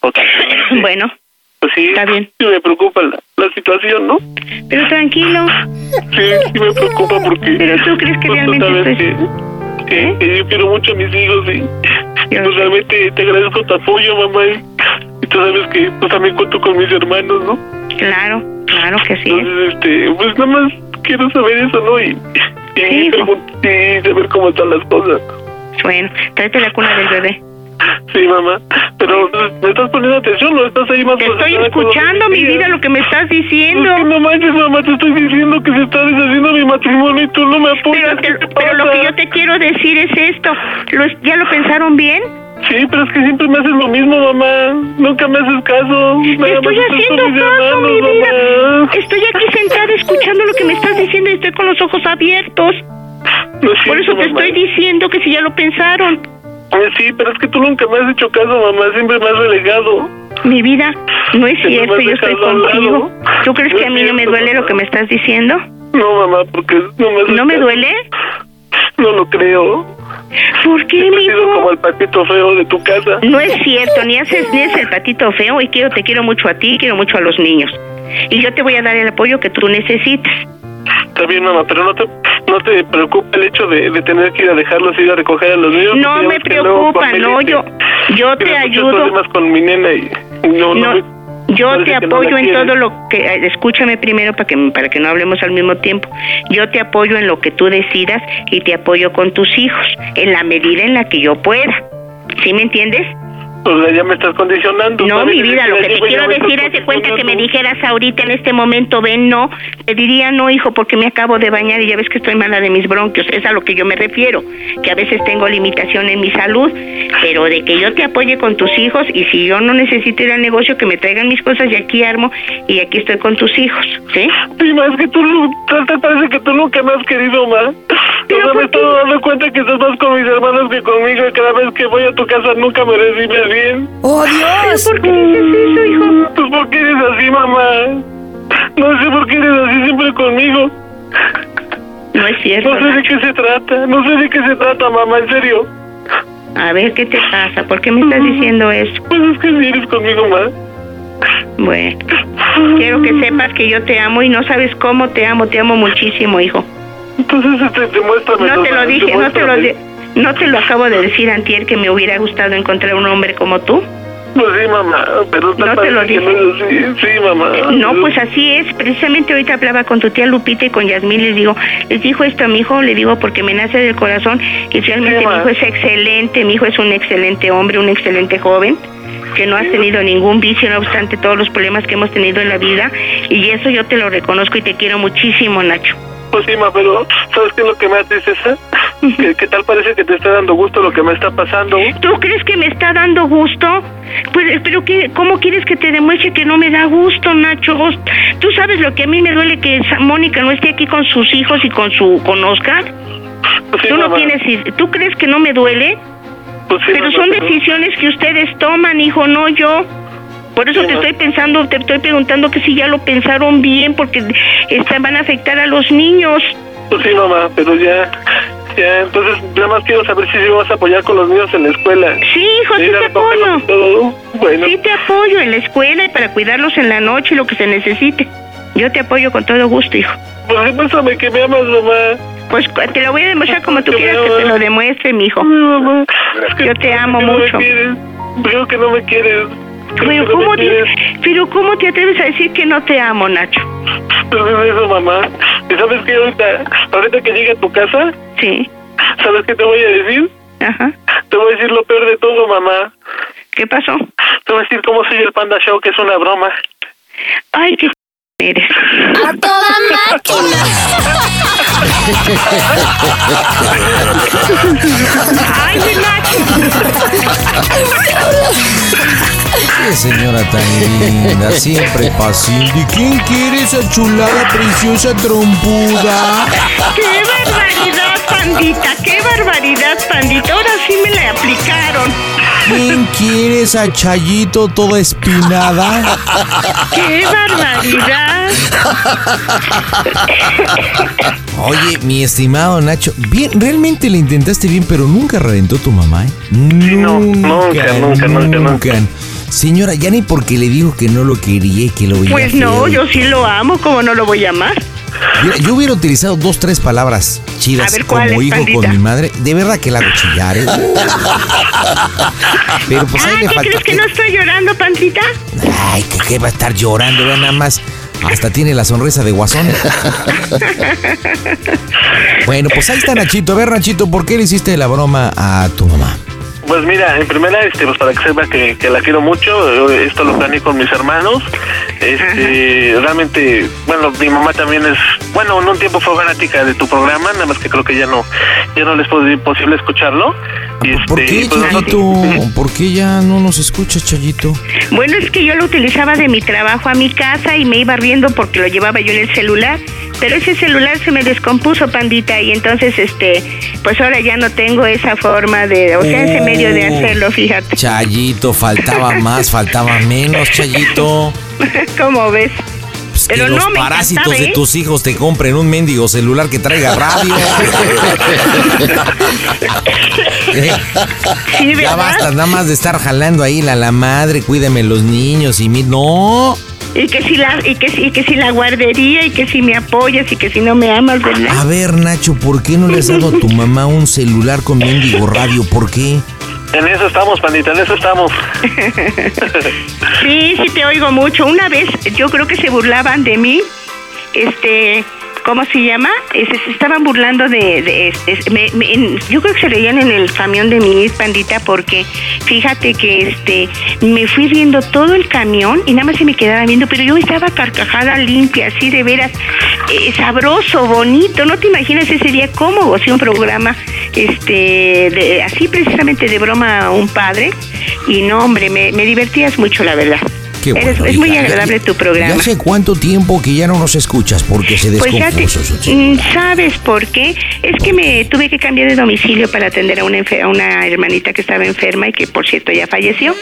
Porque
Bueno,
pues sí,
está bien.
me preocupa la, la situación, ¿no?
Pero tranquilo.
Sí, sí me preocupa porque.
Pero tú crees que
pues, tú
realmente ¿Eh?
sabes que,
estoy-
que- que yo quiero mucho a mis hijos y, y, pues realmente te agradezco tu apoyo, mamá. Y, y tú sabes que pues también cuento con mis hermanos, ¿no?
Claro, claro que sí.
Entonces, este, pues nada más quiero saber eso, ¿no? Y, y, pregun- y saber cómo están las cosas.
pues. Bueno, tráete la cuna del bebé.
Sí, mamá. Pero me estás poniendo atención, ¿no? Estás ahí más Te
estoy escuchando, mi vida, lo que me estás diciendo.
No manches, mamá, te estoy diciendo que se está deshaciendo mi matrimonio y tú no me apoyas. Pero,
Pero lo que yo te quiero decir es esto. ¿Lo- ¿Ya lo pensaron bien?
Sí, pero es que siempre me haces lo mismo, mamá. Nunca me haces caso.
Te estoy haciendo caso, mi vida. Estoy aquí sentada escuchando lo que me estás diciendo y estoy con los ojos abiertos. Por eso te estoy diciendo que si ya lo pensaron.
Pues sí, pero es que tú nunca me has hecho caso, mamá. Siempre me has relegado.
Mi vida, no es
Que no me
cierto,
has
yo estoy
dejado a un
contigo.
lado.
¿Tú crees
No
que a
es
mí no me
cierto,
duele lo
mamá.
que me estás diciendo?
No, mamá, porque no me haces
¿No me
caso.
duele?
No lo creo.
¿Por qué,
mi sido como el patito feo de tu casa.
No es cierto, ni haces ni es el patito feo y quiero te quiero mucho a ti, y quiero mucho a los niños. Y yo te voy a dar el apoyo que tú necesitas.
Está bien, mamá, pero no te, no te preocupa el hecho de, de tener que ir a dejarlos, ir a recoger a los niños.
No
porque ya
me
ves que luego
preocupa,
con
no,
Melissa
yo- yo te
tiene muchos
ayudo.
problemas con mi nena y no, no,
No,
me-
Yo
parece
te
que no me
apoyo en
quiere.
todo lo que eh, escúchame primero para que para que no hablemos al mismo tiempo. Yo te apoyo en lo que tú decidas y te apoyo con tus hijos en la medida en la que yo pueda. ¿Sí me entiendes?
O sea, Pues, ya me estás condicionando.
No,
¿sabes?
mi vida,
Ya
lo que te
llego y ya
quiero
me estás
decir, haz de cuenta que me dijeras ahorita en este momento, ven, no, te diría no, hijo, porque me acabo de bañar y ya ves que estoy mala de mis bronquios, es a lo que yo me refiero, que a veces tengo limitación en mi salud, pero de que yo te apoye con tus hijos y si yo no necesito ir al negocio, que me traigan mis cosas y aquí armo y aquí estoy con tus hijos, ¿sí?
Sí, más que tú, nu- tal- te parece que tú nunca me has querido más. Pero me he estado dando cuenta que estás más con mis hermanos que conmigo y cada vez que voy a tu casa nunca me recibes bien.
¡Oh, Dios! ¿Por qué dices eso, hijo?
Pues porque eres así, mamá. No sé por qué eres así siempre conmigo.
No es cierto.
No sé de qué se trata, no sé de qué se trata, mamá, en serio.
A ver, ¿qué te pasa? ¿Por qué me estás diciendo eso?
Pues es que vienes conmigo más.
Bueno, quiero que sepas que yo te amo y no sabes cómo te amo, te amo muchísimo, hijo.
Entonces, este, demuéstrame.
No te
mamá,
lo dije, no te lo,
demuéstrame.
di- no te lo acabo de decir antier que me hubiera gustado encontrar un hombre como tú.
Pues sí, mamá, pero te
No te lo
parece que
dije.
no es así. Sí, mamá.
No, pues así es. Precisamente ahorita hablaba con tu tía Lupita y con Yasmín. Les digo, les dijo esto a mi hijo, le digo porque me nace del corazón. Y realmente
Sí,
mi
ma.
hijo es excelente. Mi hijo es un excelente hombre, un excelente joven que no has tenido ningún vicio, no obstante todos los problemas que hemos tenido en la vida. Y eso yo te lo reconozco y te quiero muchísimo, Nacho.
Pues sí, ma, pero ¿sabes qué es lo que me hace tristeza? Que, que tal parece que te está dando gusto lo que me está pasando.
¿Tú crees que me está dando gusto? Pues, pero qué, ¿cómo quieres que te demuestre que no me da gusto, Nacho? ¿Tú sabes lo que a mí me duele que esa Mónica no esté aquí con sus hijos y con su con Oscar?
Pues Sí,
¿Tú no
mamá.
tienes, i- ¿Tú crees que no me duele?
Pues sí,
pero
mamá,
son
pero-
decisiones que ustedes toman, hijo, no yo. Por eso
Sí,
te
mamá.
estoy pensando, te estoy preguntando que si ya lo pensaron bien, porque este, van a afectar a los niños.
Pues sí, mamá, pero ya. Ya, entonces nada más quiero saber si sí me vas a apoyar con los niños en la escuela.
Sí, hijo, sí
Ir a
te
recogerlos y todo. Bueno,
Sí te apoyo en la escuela y para cuidarlos en la noche y lo que se necesite. Yo te apoyo con todo gusto, hijo.
pues demuéstrame que me amas, mamá.
Pues cu- te lo voy a demostrar como tú
Yo
quieras que
me
te
amo.
lo demuestre, mi hijo. Yo te amo
Que no
mucho.
me quieres. Creo que no me quieres. Creo que
Pero
no
¿cómo,
me
te,
quieres.
pero ¿cómo te atreves a decir que no te amo, Nacho?
Pero es eso, mamá. ¿Y sabes qué ahorita? Ahorita que llegue a tu casa.
Sí.
¿Sabes qué te voy a decir?
Ajá.
Te voy a decir lo peor de todo, mamá.
¿Qué pasó?
Te voy a decir cómo soy el Panda Show, que es una broma.
Ay, qué eres.
¡A toda máquina!
¡Ay, mi
Qué señora tan linda, siempre paciente. ¿Y quién quiere esa chulada preciosa trompuda?
¡Qué barbaridad, pandita, qué barbaridad, pandita. Ahora sí me la aplicaron.
¿Quién quieres a Chayito toda espinada?
¡Qué barbaridad!
Oye, mi estimado Nacho, bien, realmente le intentaste bien, pero nunca reventó tu mamá, ¿eh?
no,
nunca,
nunca, nunca,
nunca. Señora, ya ni porque le dijo que no lo quería, que lo veía
Pues no,
feo.
yo sí lo amo, ¿cómo no lo voy a amar?
Mira, yo hubiera utilizado dos, tres palabras chidas
A ver,
como
¿cuáles,
hijo
pandita?
con mi madre. De verdad que la hago chillar, ¿eh? Pero pues ahí le
Ah, ¿Qué
falta.
crees que no estoy llorando, pandita?
Ay, que qué va a estar llorando, vea nada más. Hasta tiene la sonrisa de guasón. bueno, pues ahí está Nachito. A ver, Nachito, ¿por qué le hiciste la broma a tu mamá?
Pues mira, en primera, este, pues para que sepa que, que la quiero mucho, eh, esto lo planeé con mis hermanos. Este, realmente, bueno, mi mamá también es, bueno, en un tiempo fue fanática de tu programa, nada más que creo que ya no, ya no les fue posible escucharlo. Y este,
¿Por qué,
pues,
Chayito? ¿Por qué ya no nos escuchas, Chayito?
Bueno, es que yo lo utilizaba de mi trabajo a mi casa y me iba riendo porque lo llevaba yo en el celular. Pero ese celular se me descompuso, pandita, y entonces, este, pues ahora ya no tengo esa forma de, o sea, ese medio
Oh.
de hacerlo, fíjate.
Chayito, faltaba más, faltaba menos, Chayito.
¿Cómo ves?
Pues Que
Pero
los
no me
parásitos
encantaba,
de
¿eh?
tus hijos te compren un mendigo celular que traiga radio. Eh, ya basta, nada más de estar jalando ahí la, la madre, cuídame los niños y mi. No.
Y que si la, y que, si- y que si la guardería, y que si me apoyas, y que si no me amas, pues,
A
¿verdad?
ver, Nacho, ¿por qué no le has dado a tu mamá un celular con mendigo radio? ¿Por qué?
En eso estamos, pandita, en eso estamos.
Sí, sí te oigo mucho. Una vez yo creo que se burlaban de mí, este, ¿cómo se llama? Eh, Se, se estaban burlando de, de- es- es- me- me- en- yo creo que se reían en el camión de mi pandita porque fíjate que este, me fui viendo todo el camión y nada más se me quedaba viendo, pero yo estaba carcajada limpia, así de veras, eh, sabroso, bonito. No te imaginas ese día cómo gocé un programa, este, de- así precisamente de broma a un padre y no, hombre, me, me divertías mucho, la verdad.
Qué bueno,
Eres- es muy
hija.
agradable tu programa.
¿Y hace cuánto tiempo que ya no nos escuchas? Porque se
Pues ya te,
descompuso. Xochitl.
Mm, ¿sabes por qué? Es que me tuve que cambiar de domicilio para atender a una, enfe- a una hermanita que estaba enferma y que por cierto ya falleció.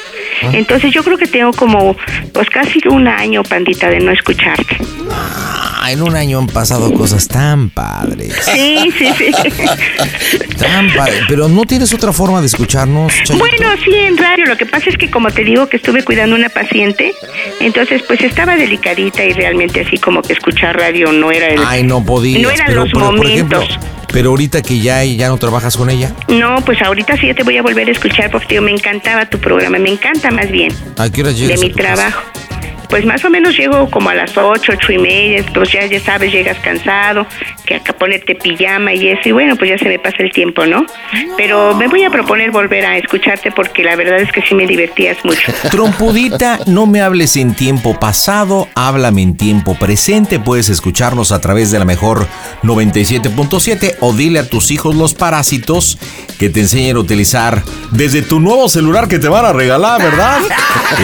Entonces yo creo que tengo como pues casi un año, pandita, de no escucharte.
Ah, en un año han pasado cosas tan padres.
Sí, sí, sí.
Tan padres. Pero no tienes otra forma de escucharnos, Chayo?
Bueno, sí, en radio. Lo que pasa es que, como te digo, que estuve cuidando a una paciente, entonces pues estaba delicadita y realmente así como que escuchar radio no era el...
Ay, no podías.
No eran
pero,
los
pero, por ejemplo,
momentos.
pero ahorita que ya, ya no trabajas con ella,
No, pues ahorita sí ya te voy a volver a escuchar porque tío, me encantaba tu programa, me encanta más bien
¿a qué hora
de
llegas?
mi trabajo. Pues más o menos llego como a las ocho, ocho y media, pues ya, ya sabes, llegas cansado, que acá ponerte pijama y eso, y bueno, pues ya se me pasa el tiempo, ¿no? Pero me voy a proponer volver a escucharte porque la verdad es que sí me divertías mucho.
Trompudita, no me hables en tiempo pasado, háblame en tiempo presente. Puedes escucharnos a través de la mejor 97.7 o dile a tus hijos los parásitos que te enseñen a utilizar desde tu nuevo celular que te van a regalar, ¿verdad?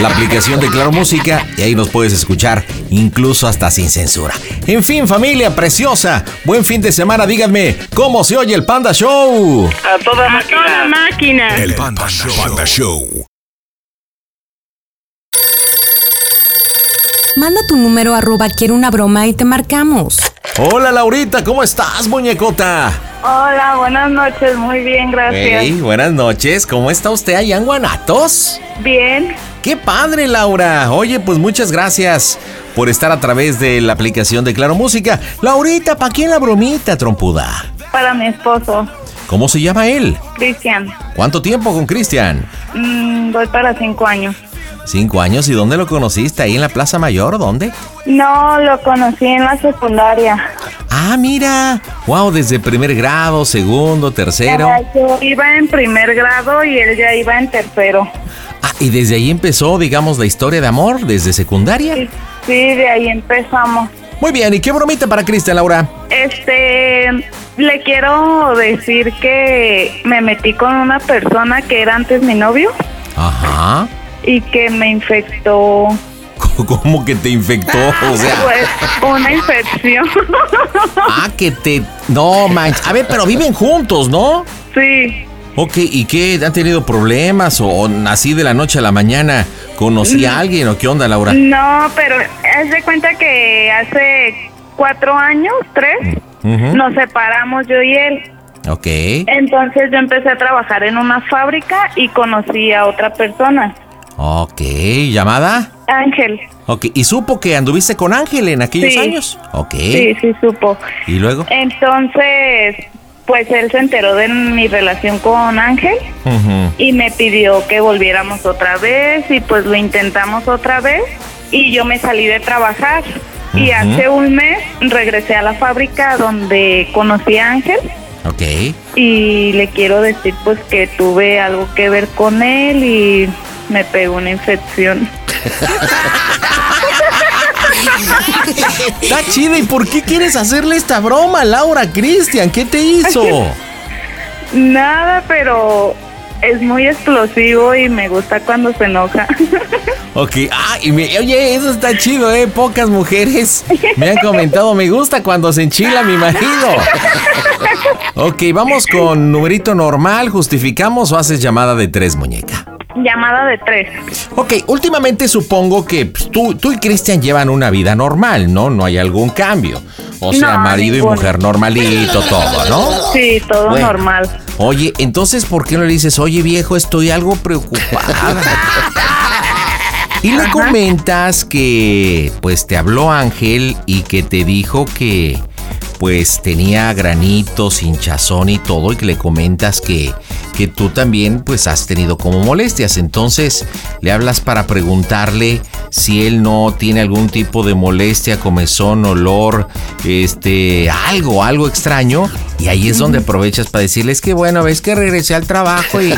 La aplicación de Claro Música y ahí nos puedes escuchar incluso hasta sin censura. En fin, familia preciosa, buen fin de semana. Díganme, ¿cómo se oye el Panda Show?
A toda máquina. A toda máquina.
El Panda Show. Panda Show.
Manda tu número arroba quiero una broma y te marcamos.
Hola Laurita, ¿cómo estás, muñecota?
Hola, buenas noches, muy bien, gracias.
Hey, buenas noches, ¿cómo está usted allá en Guanatos?
Bien.
¡Qué padre, Laura! Oye, pues muchas gracias por estar a través de la aplicación de Claro Música. Laurita, ¿para quién la bromita, trompuda?
Para mi esposo,
¿Cómo se llama él?
Cristian.
¿Cuánto tiempo con Cristian?
Mm, voy para cinco años.
Cinco años, ¿y dónde lo conociste? ¿Ahí en la Plaza Mayor? ¿Dónde?
No, lo conocí en la secundaria.
Ah, mira. Wow, desde primer grado, segundo, tercero.
Ah, Yo iba en primer grado y él ya iba en tercero.
Ah, y desde ahí empezó, digamos, la historia de amor, desde secundaria.
Sí, sí, de ahí empezamos.
Muy bien, ¿y qué bromita para Cristian, Laura?
Este, le quiero decir que me metí con una persona que era antes mi novio
Ajá.
y que me infectó
¿Cómo que te infectó? O sea,
pues, una infección.
ah, que te No, manches. A ver, pero viven juntos, ¿no?
Sí.
Ok, ¿y qué? ¿Han tenido problemas o, o así de la noche a la mañana conocí a alguien o qué onda, Laura?
No, pero haz de cuenta que hace cuatro años, tres,
Ujú. ¿Eh?
nos separamos yo y él.
Ok.
Entonces yo empecé a trabajar en una fábrica y conocí a otra persona,
Ok, ¿llamada?
Ángel.
Ok, ¿y supo que anduviste con Ángel en aquellos
Sí.
años? Ok.
Sí, sí, supo.
¿Y luego?
Entonces, pues él se enteró de mi relación con Ángel
Ujú.
y me pidió que volviéramos otra vez y pues lo intentamos otra vez y yo me salí de trabajar y
Ujú.
hace un mes regresé a la fábrica donde conocí a Ángel
Ok.
y le quiero decir pues que tuve algo que ver con él y me pegó una infección.
Está chida, ¿y por qué quieres hacerle esta broma, Laura Cristian? ¿Qué te hizo?
Nada, pero es muy explosivo y me gusta cuando se enoja.
Ok, ah, y me- oye, eso está chido, ¿eh? Pocas mujeres me han comentado, me gusta cuando se enchila mi marido. Ok, vamos con numerito normal, justificamos o haces llamada de tres, muñeca.
Llamada de tres.
Ok, últimamente supongo que pues, tú, tú y Cristian llevan una vida normal, ¿no? No hay algún cambio. O sea,
No,
marido
ninguno.
y mujer normalito, todo, ¿no?
Sí, todo
Bueno.
normal.
Oye, entonces, ¿por qué no le dices, oye viejo, estoy algo preocupada? y le comentas que, pues, te habló Ángel y que te dijo que, pues, tenía granitos, hinchazón y todo, y que le comentas que, que tú también, pues, has tenido como molestias. Entonces, le hablas para preguntarle si él no tiene algún tipo de molestia, comezón, olor, este, algo, algo extraño. Y ahí es donde aprovechas para decirles que bueno, ves que regresé al trabajo y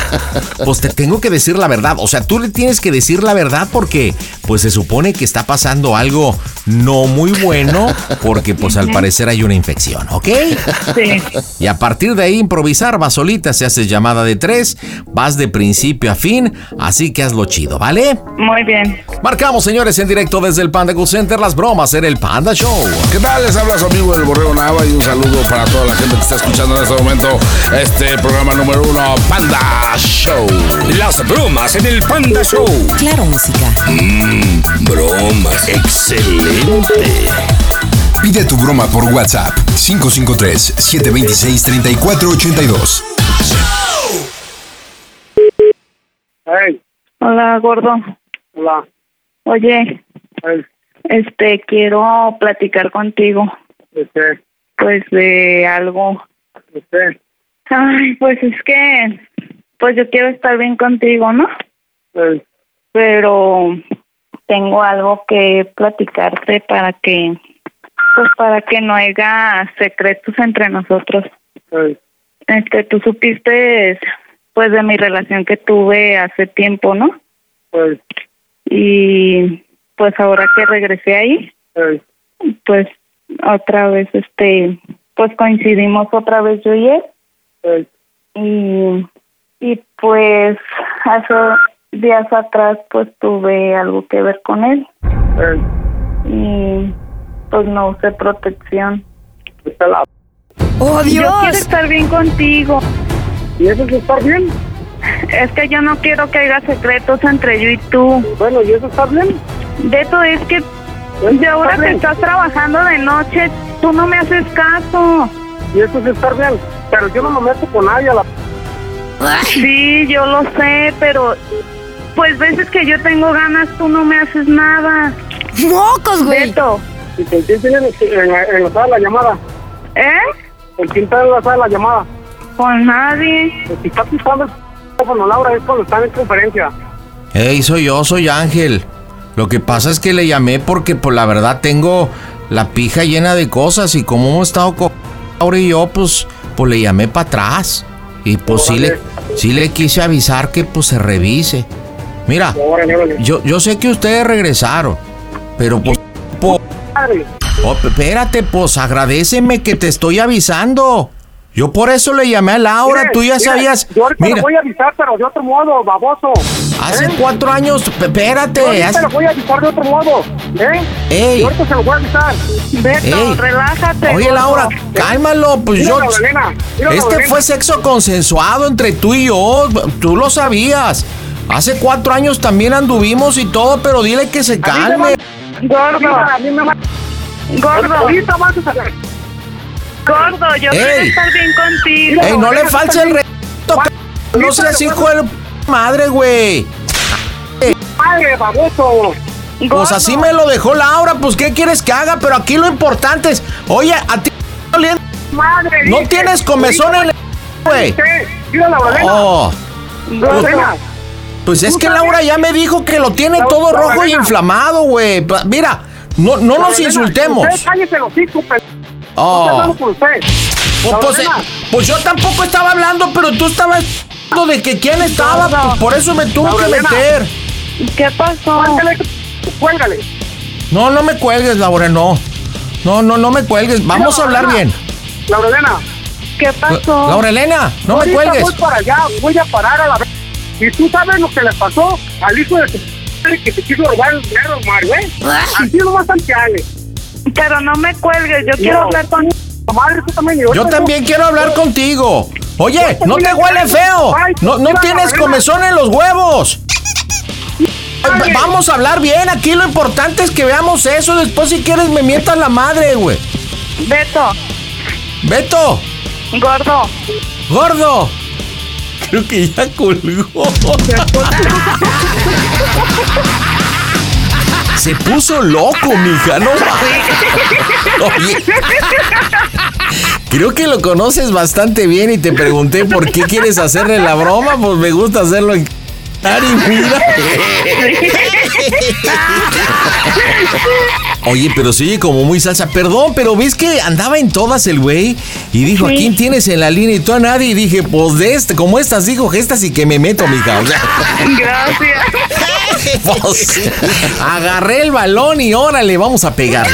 pues te tengo que decir la verdad. O sea, tú le tienes que decir la verdad porque pues se supone que está pasando algo no muy bueno porque pues al
Ujú.
parecer hay una infección, ¿ok? Y a partir de ahí improvisar, vas solita, se hace llamada de tres, vas de principio a fin, así que hazlo chido, ¿vale?
Muy bien.
Marcamos, señores, en directo desde el Panda Cool Center las bromas en el Panda Show.
¿Qué tal? Les habla su amigo el Borrego Nava y un saludo para toda la gente que está escuchando en este momento este programa número uno, Panda Show. Las bromas en el Panda Show.
Claro, música.
Mm, bromas. Excelente.
Pide tu broma por WhatsApp 553-726-3482.
Hola, gordo.
Hola.
Oye, este, quiero platicar contigo,
Este,
pues, de algo.
este,
Ay, pues es que, pues yo quiero estar bien contigo, ¿no? Pero tengo algo que platicarte para que, pues, para que no haya secretos entre nosotros. Este, tú supiste, pues, de mi relación que tuve hace tiempo, ¿no?
pues,
y pues ahora que regresé ahí
eh,
pues otra vez este pues coincidimos otra vez yo y él
eh,
y y pues hace días atrás pues tuve algo que ver con él
eh,
y pues no usé protección
está la-
oh Dios yo quiero estar bien contigo
¿Y eso es estar bien?
es que yo no quiero que haya secretos entre yo y tú
Bueno, ¿y eso está bien?
Beto, es que de ahora que
bien.
estás trabajando de noche, tú no me haces caso.
¿Y eso es estar bien? Pero yo no me meto con nadie a la...
Sí, yo lo sé, pero pues veces que yo tengo ganas, tú no me haces nada. ¡Mocos, güey! Beto,
¿Y con quién tienen en- eh, enlazada la llamada?
¿eh?
¿Con quién está enlazada la llamada?
Con nadie.
Pues si está pisando el teléfono, Laura, es cuando están en conferencia.
Hey, soy yo, soy Ángel. Lo que pasa es que le llamé porque, pues, la verdad tengo la pija llena de cosas y como hemos estado con Laura y yo, pues, pues le llamé para atrás. Y pues sí le, sí le quise avisar que pues se revise. Mira, yo, yo sé que ustedes regresaron, pero pues... po- Oh, espérate, pues agradeceme que te estoy avisando. Yo por eso le llamé a Laura,
Mire,
tú ya
mire,
sabías.
Yo ahorita
Mira,
lo voy a avisar, pero de otro modo, baboso. ¿Eh?
hace cuatro años, p-
Yo
espérate.
ahorita
hace-
lo voy a avisar de otro modo, ¿eh?
Ey.
Yo ahorita se lo voy a avisar.
Ey. Oye, Laura, cálmalo, pues
¿eh? Mira,
yo.
Magdalena, mira,
este
Magdalena.
fue sexo consensuado entre tú y yo, tú lo sabías. Hace cuatro años también anduvimos y todo, pero dile que se calme.
Mira, a mí me va-
Gordo.
Ahorita vas a saber.
Gordo, yo quiero
Ey.
estar bien contigo.
Ey, no le falte el re. No seas hijo de la madre, güey.
Madre, baboso.
Pues así me lo dejó Laura, pues ¿qué quieres que haga? Pero aquí lo importante es, oye, a ti doliendo, no
dice,
tienes comezón en el güey.
Mira, Laura,
Oh, pues,
Magdalena.
pues es que Laura ya me dijo que lo tiene todo rojo y inflamado, güey. Pa- Mira, no, no nos
Magdalena,
insultemos.
Usted cállese los hijos, pe-
Oh.
Estoy hablando con usted.
Pues, pues, eh, pues yo tampoco estaba hablando, pero tú estabas de que quién estaba, pues por eso me tuvo que
Laurelena.
meter.
¿Qué pasó?
Cuélgale.
No, no me cuelgues, Laura, no. No, no, no me cuelgues. Vamos a hablar bien.
Laura Elena.
¿Qué
pasó? Laura Elena, no me
Ahorita
cuelgues.
Voy para allá, voy a parar a la vez. Y tú sabes lo que le pasó al hijo de tu madre que te quiso robar el dinero, Mario, ¿eh? Así lo más santiale.
Pero no me cuelgues, yo quiero hablar con...
Madre, tú también.
Yo también quiero hablar contigo. Oye, no te huele feo. No, no tienes comezón en los huevos. Ay, Vamos a hablar bien. Aquí lo importante es que veamos eso. Después, si quieres, me mientas la madre, güey.
Beto.
Beto.
Gordo.
Gordo. Creo que ya colgó. Se puso loco, mija. No ma- Oye, Creo que lo conoces bastante bien y te pregunté por qué quieres hacerle la broma. Pues me gusta hacerlo en. Ari, mira. Oye, pero se oye como muy salsa. Perdón, pero ves que andaba en todas el güey y dijo, ¿a quién tienes en la línea? Y tú a nadie. Y dije, pues de este, como estas, dijo gestas y que me meto, mija. O sea,
Gracias.
pues, agarré el balón y órale, vamos a pegar.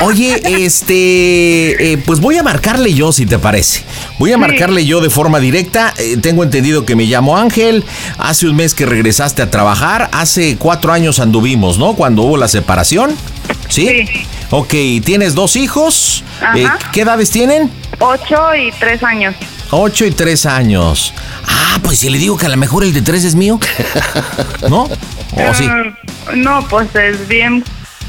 Oye, este, eh, pues voy a marcarle yo, si te parece. Voy a marcarle yo de forma directa. Eh, tengo entendido que me llamo Ángel. Hace un mes que regresaste a trabajar. Hace cuatro años anduvimos, ¿no? Cuando hubo la separación. ¿Sí? Ok, tienes dos hijos.
Ajá.
Eh, ¿Qué edades tienen?
Ocho y tres años.
Ocho y tres años. Ah, pues si le digo que a lo mejor el de tres es mío. ¿No? ¿O Oh, sí?
Mm, No, pues es bien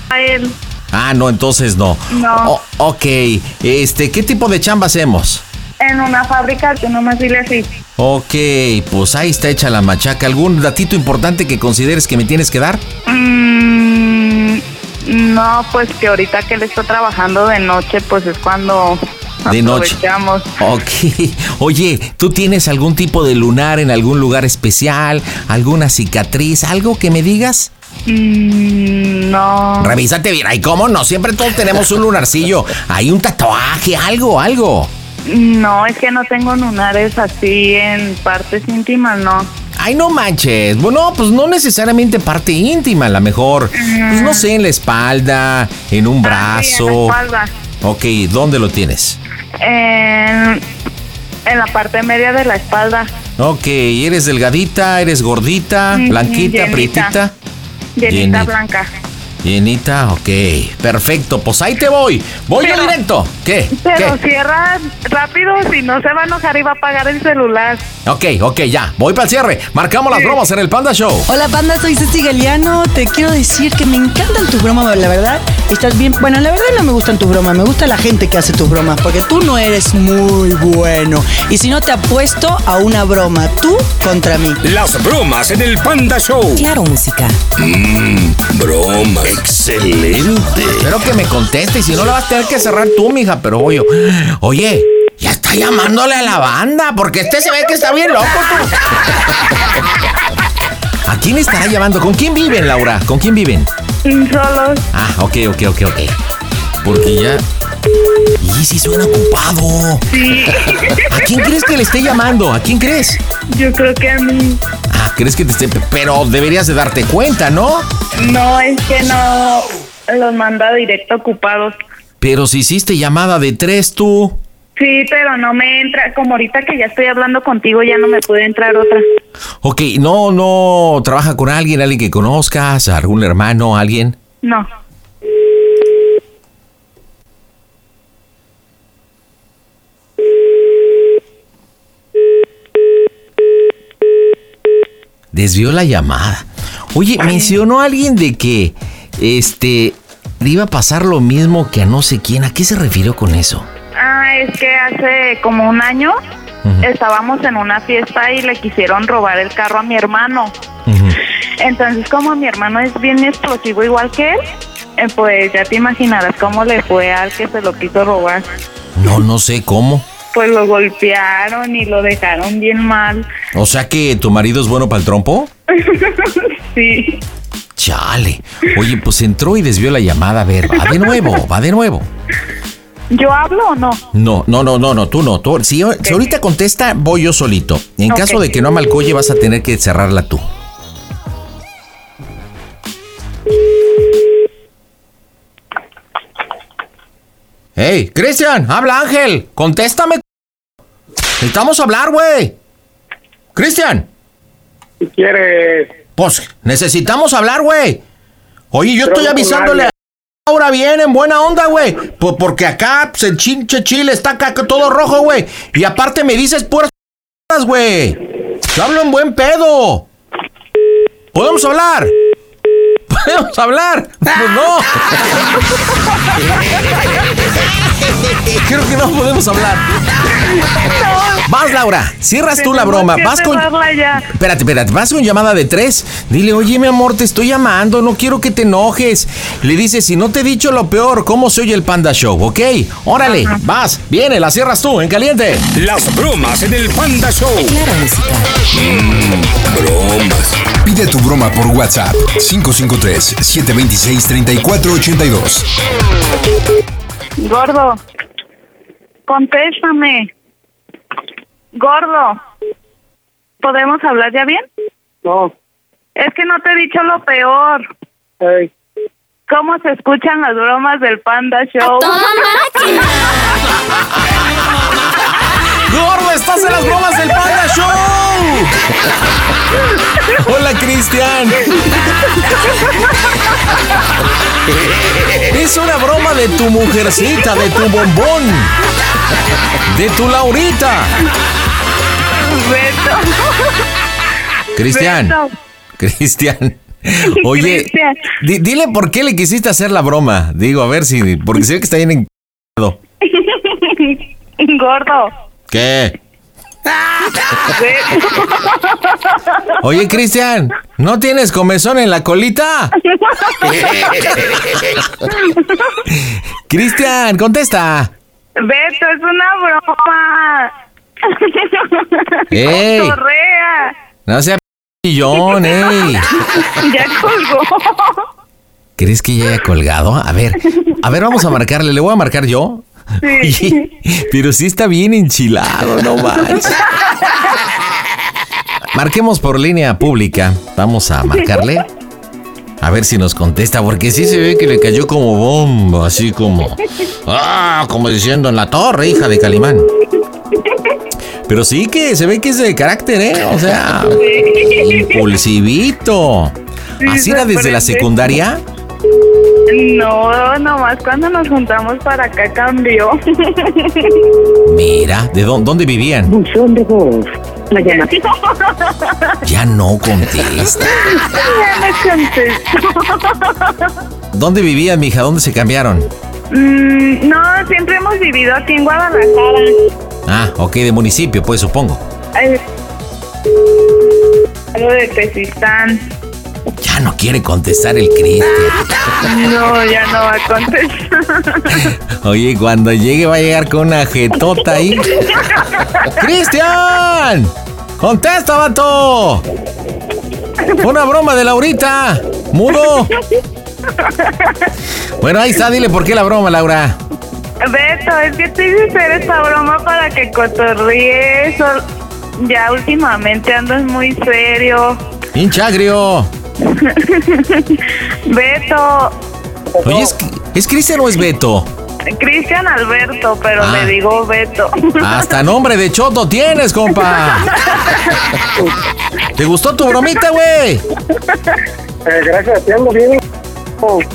a él.
Ah, no, entonces no.
No.
O- ok, este, ¿qué tipo de chamba hacemos?
En una fábrica, tú nomás dile así.
Ok, pues ahí está hecha la machaca. ¿Algún datito importante que consideres que me tienes que dar?
Mm, no, pues que ahorita que él está trabajando de noche, pues es cuando
De noche.
aprovechamos.
Ok. Oye, ¿tú tienes algún tipo de lunar en algún lugar especial? ¿Alguna cicatriz? ¿Algo que me digas?
Mm, no.
Revísate bien. Ay, ¿cómo no? Siempre todos tenemos un lunarcillo. Hay un tatuaje, algo, algo.
No, es que no tengo lunares así en partes íntimas, no.
Ay, no manches. Bueno, pues no necesariamente parte íntima, a lo mejor. Pues no sé, en la espalda, en un
Ah, Sí, en la
brazo.
espalda.
ok, ¿dónde lo tienes?
En, en la parte media de la espalda.
Ok, ¿eres delgadita, eres gordita,
Mm,
blanquita,
llenita.
prietita?
Llenita
Llenita.
blanca.
Llenita, ok. Perfecto, pues ahí te voy. Voy yo
Pero-
directo. ¿Qué?
Pero
¿Qué?
cierra rápido, si no se va a enojar y va a apagar el celular.
Ok, ok, ya. Voy para el cierre. Marcamos las bromas en el Panda Show.
Hola banda, soy Ceci Galeano. Te quiero decir que me encantan tus bromas, la verdad. Estás bien. Bueno, la verdad no me gustan tus bromas, me gusta la gente que hace tus bromas, porque tú no eres muy bueno. Y si no te apuesto a una broma, tú contra mí.
Las bromas en el Panda Show.
Claro, música.
Mmm, broma. Excelente.
Espero que me conteste y si no la vas a tener que cerrar tú, mija, pero oye, oye, ya está llamándole a la banda, porque este se ve que está bien loco tú. ¿A quién estará llamando? ¿Con quién viven, Laura? ¿Con quién viven?
Solos.
Ah, ok, ok, ok, ok. Porque ya. Y si suena ocupado.
Sí.
¿A quién crees que le esté llamando? ¿A quién crees?
Yo creo que a mí.
Ah, crees que te esté. Pero deberías de darte cuenta, ¿no?
No, es que no los manda directo ocupados.
Pero si hiciste llamada de tres tú.
Sí, pero no me entra, como ahorita que ya estoy hablando contigo, ya no me puede entrar otra.
Ok, no, no, trabaja con alguien, alguien que conozcas, algún hermano, alguien.
No.
Desvió la llamada. Oye, mencionó alguien de que, este, le iba a pasar lo mismo que a no sé quién. ¿A qué se refirió con eso?
Ah, es que hace como un año estábamos en una fiesta y le quisieron robar el carro a mi hermano. Entonces, como mi hermano es bien explosivo igual que él, eh, pues ya te imaginarás cómo le fue al que se lo quiso robar.
No, no sé cómo.
Pues lo golpearon y lo dejaron bien mal.
O sea que tu marido es bueno para el trompo.
sí.
Chale. Oye, pues entró y desvió la llamada. A ver, va de nuevo, va de nuevo.
¿Yo hablo o no?
No, no, no, no, no, tú no. Tú, si, si ahorita contesta, voy yo solito. En caso
Ok.
de que no me alcoye, vas a tener que cerrarla tú. ¡Hey, Cristian! ¡Habla Ángel! ¡Contéstame! c- ¡Necesitamos hablar, güey! ¡Cristian!
Si quieres.
Pues, necesitamos hablar, güey. Oye, yo estoy
Pero con
avisándole a
nadie.
ahora bien, en buena onda, güey. Pues porque acá pues, el chinche chile está acá todo rojo, güey. Y aparte me dices puras c******as, güey. Yo hablo en buen pedo. ¿Podemos hablar? ¿Podemos hablar? Pues no. Creo que no podemos hablar. Vas, Laura. Cierras tú la
Tenemos
broma.
que
Vas con.
cerrarla ya.
Espérate, espérate, vas con llamada de tres. Dile, oye, mi amor, te estoy llamando, no quiero que te enojes. Le dices, si no te he dicho lo peor, ¿cómo se oye el Panda Show? ¿Ok? Órale, vas, viene, la cierras tú, en caliente.
Las bromas en el Panda Show.
Mm,
Bromas. Pide tu broma por WhatsApp 553-726-3482.
Gordo, contéstame. Gordo, ¿podemos hablar ya bien?
No.
Es que no te he dicho lo peor.
Ey.
¿Cómo se escuchan las bromas del Panda Show?
¡Gordo, estás en las bromas del Panda Show! Hola, Cristian. Es una broma de tu mujercita, de tu bombón, de tu Laurita. Cristian.
Beto.
Cristian. Oye,
Cristian.
di- dile por qué le quisiste hacer la broma. Digo, a ver si. Porque se ve que está bien en.
Gordo.
¿Qué?
Beto.
Oye, Cristian, ¿no tienes comezón en la colita? Cristian, contesta.
Beto, es una broma.
Ey.
Cotorrea.
No sea pillón, ey.
Ya colgó.
¿Crees que ya haya colgado? A ver, a ver, vamos a marcarle. ¿Le voy a marcar yo? Oye, pero sí está bien enchilado, no manches. Marquemos por línea pública. Vamos a marcarle. A ver si nos contesta, porque sí se ve que le cayó como bomba, así como. ¡Ah! Como diciendo en la torre, hija de Calimán. Pero sí que se ve que es de carácter, ¿eh? O sea, impulsivito.
Sí,
¿Así era desde la
sorprendente.
secundaria?
No, nomás cuando nos juntamos para acá cambió.
Mira, ¿de dónde, dónde vivían?
Buzón de voz. La
ya no
llamada.
Ya no contesta.
contestó.
¿Dónde vivían, mija? ¿Dónde se cambiaron?
Mm, no, siempre hemos vivido aquí en Guadalajara.
Ah, ok, de municipio, pues supongo.
Eh, Algo de Pesistán.
Ya no quiere contestar el Cristian.
No, ya no va a contestar.
Oye, cuando llegue va a llegar con una jetota ahí. ¡Cristian! ¡Contesta, vato! Fue una broma de Laurita. ¡Mudo! Bueno, ahí está, dile por qué la broma, Laura.
Beto, es que te hice hacer esta broma para que cotorríes. o- Ya últimamente andas muy serio.
¡Hinchagrio!
Beto,
Oye, ¿es, ¿es Cristian o es Beto?
Cristian Alberto, pero
Ah.
le digo Beto.
Hasta nombre de Choto tienes, compa. ¿Te gustó tu bromita, güey?
Eh, gracias, te ando bien.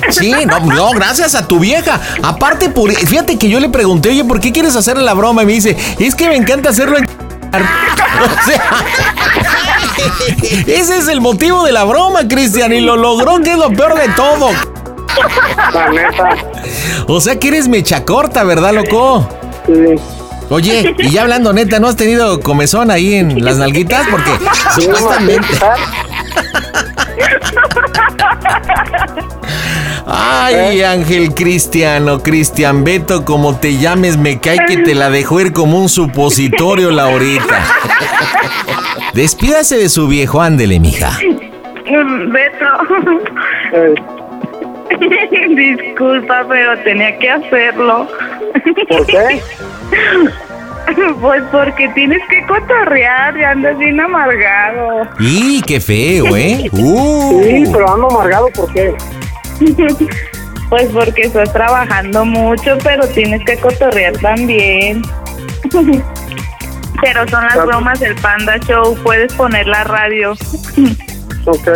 Sí, no, no, gracias a tu vieja. Aparte, por- fíjate que yo le pregunté, oye, ¿por qué quieres hacer la broma? Y me dice, es que me encanta hacerlo en... O sea, ese es el motivo de la broma, Cristian, y lo logró, que es lo peor de todo. O sea que eres mecha corta, ¿verdad, loco? Oye, y ya hablando neta, ¿no has tenido comezón ahí en las nalguitas? Porque supuestamente... Ay,
¿Eh?
Ángel Cristiano, Cristian Beto, como te llames, me cae que te la dejó ir como un supositorio, Laurita. Despídase de su viejo, ándele, mija.
Beto. Disculpa, pero tenía que hacerlo.
¿Por qué?
Pues porque tienes que cotorrear y andas bien amargado.
Y qué feo, ¿eh?
Sí,
Uh.
pero ando amargado, ¿por qué?
Pues porque estás trabajando mucho, pero tienes que cotorrear también. Pero son las bromas del Panda Show, puedes poner la radio.
Ok.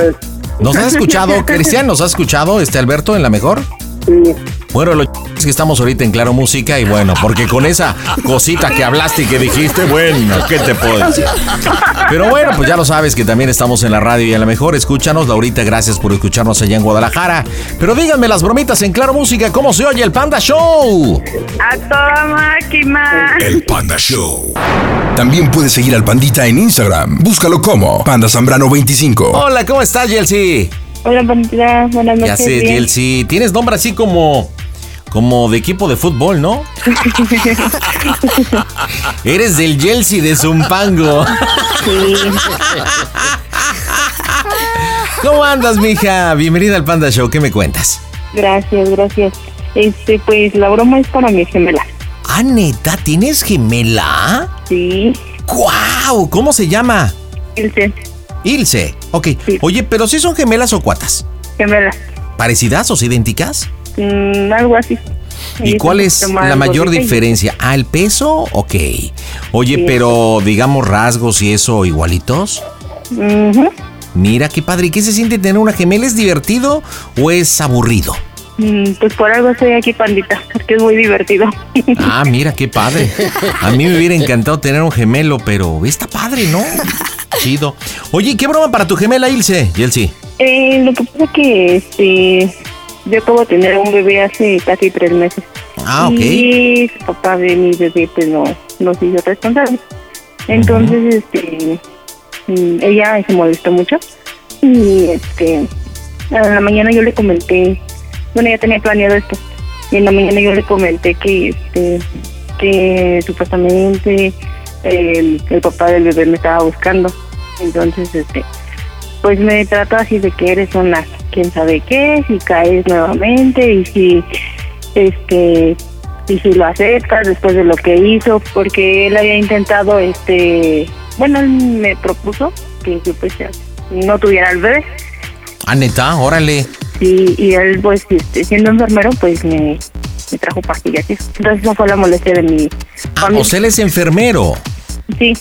¿Nos has escuchado, Cristian? ¿Nos has escuchado, este Alberto, en la mejor? Bueno, lo es que estamos ahorita en Claro Música y bueno, porque con esa cosita que hablaste y que dijiste, bueno, ¿qué te puedo decir? Pero bueno, pues ya lo sabes que también estamos en la radio y a lo mejor escúchanos. Laurita, gracias por escucharnos allá en Guadalajara. Pero díganme las bromitas en Claro Música, ¿cómo se oye el Panda Show?
A toda máquina.
El Panda Show. También puedes seguir al Pandita en Instagram. Búscalo como Panda Zambrano 25.
Hola, ¿cómo estás, Yelsi?
Hola, bandita. Buenas
Ya
noches.
sé,
bien.
Yelsi, tienes nombre así como, como de equipo de fútbol, ¿no? Eres del Yelsi de Zumpango. ¿Cómo andas, mija? Bienvenida al Panda Show, ¿qué me cuentas?
Gracias, gracias. Este, pues la broma es para mi gemela.
Ah, neta, ¿tienes gemela?
Sí.
¡Guau! ¿Cómo se llama?
Ilse.
Ilse. Ok. Oye, pero si son gemelas o cuatas.
Gemela.
¿Parecidas o idénticas?
Mm, algo así.
¿Y
Ella
cuál
un
es
poquito más
la mayor
gordita y-
diferencia? Ah, el peso, ok. Oye,
Sí.
pero digamos rasgos y eso igualitos.
Ujú.
Mira qué padre. ¿Y qué se siente tener una gemela? ¿Es divertido o es aburrido?
Mm, pues por algo estoy aquí, pandita, porque es muy divertido.
Ah, mira qué padre. A mí me hubiera encantado tener un gemelo, pero está padre, ¿no? Chido. Oye, ¿qué broma para tu gemela, Ilse? Yelsi.
Eh, lo que pasa es que este, yo acabo de tener un bebé hace casi tres meses.
Ah, ok.
Y su papá de mi bebé pues no nos hizo responsables. Entonces, este, mm, ella se molestó mucho y este, en la mañana yo le comenté, bueno, ya tenía planeado esto. Y en la mañana yo le comenté que, este, que supuestamente el, el papá del bebé me estaba buscando. Entonces, este, pues me trató así de que eres una quién sabe qué, si caes nuevamente y si este y si lo aceptas después de lo que hizo, porque él había intentado este, bueno, él me propuso que yo pues ya no tuviera el bebé
Ah, neta, órale.
y, y él pues este, siendo enfermero pues me, me trajo pastillas. y eso. Entonces esa fue la molestia de mi
Ah, o sea, él es enfermero.
sí,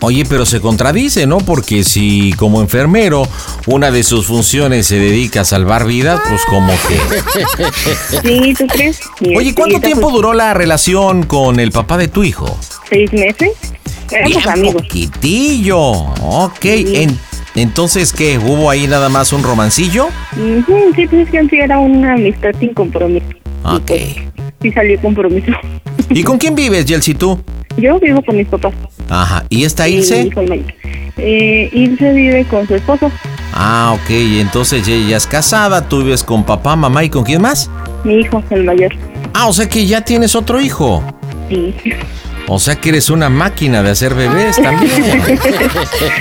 Oye, pero se contradice, ¿no? Porque si como enfermero una de sus funciones se dedica a salvar vidas, pues como que...
sí, ¿tú crees? Y,
Oye,
este,
¿cuánto
esa
tiempo
fue-
duró la relación con el papá de tu hijo?
Seis meses. Éramos amigos.
Quitillo. Ok. en- entonces, ¿qué? ¿Hubo ahí nada más un romancillo?
Ujú, Sí, pues es que en sí era una amistad sin compromiso.
Ok.
Sí salió compromiso.
¿Y con quién vives, Yelsi, tú?
Yo vivo con mis papás.
Ajá. ¿Y esta
y mi
Ilse?
hijo mayor. Eh, Ilse vive con su esposo,
Ah, ok. Entonces ella es casada, tú vives con papá, mamá y con quién más?
mi hijo, el mayor.
Ah, o sea que ya tienes otro hijo.
Sí.
O sea que eres una máquina de hacer bebés también.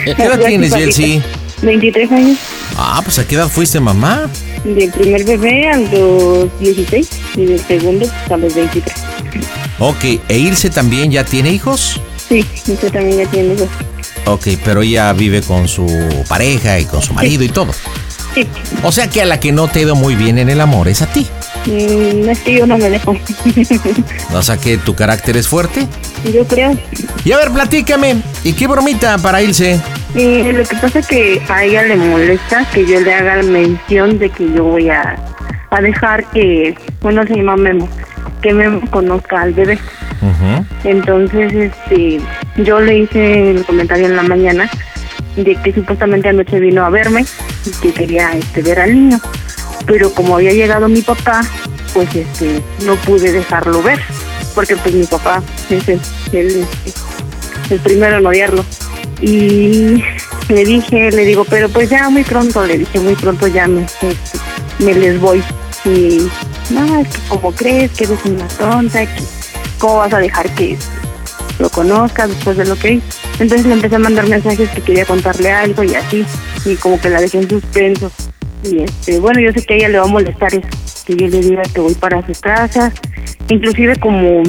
¿Qué edad tienes, Yelsi?
23 años.
Ah, pues a qué edad fuiste mamá.
Del primer bebé a los 16 y del segundo pues, a los 23.
Ok, e Ilse también ya tiene hijos.
Sí, Ilse también ya tiene dos.
Ok, pero ella vive con su pareja y con su marido y todo.
Sí,
O sea que a la que no te ha ido muy bien en el amor es a ti.
Mm, es que yo no me dejo.
O sea que tu carácter es fuerte.
yo creo.
Y a ver, platícame. ¿Y qué bromita para irse?
Eh, lo que pasa es que a ella le molesta que yo le haga mención de que yo voy a, a dejar que, bueno, se llama Memo, que Memo conozca al bebé. Entonces, este, yo le hice el comentario en la mañana de que supuestamente anoche vino a verme y que quería este, ver al niño. Pero como había llegado mi papá, pues este, no pude dejarlo ver, porque pues mi papá es el, el- el primero en odiarlo. Y le dije, le digo, pero pues ya muy pronto, le dije, muy pronto ya me, este, me les voy. Y no, es que como crees que eres una tonta, que cómo vas a dejar que lo conozca después de lo que hizo. Entonces le empecé a mandar mensajes que quería contarle algo y así, y como que la dejé en suspenso. Y este, bueno, yo sé que a ella le va a molestar eso, que yo le diga que voy para su casa, inclusive como,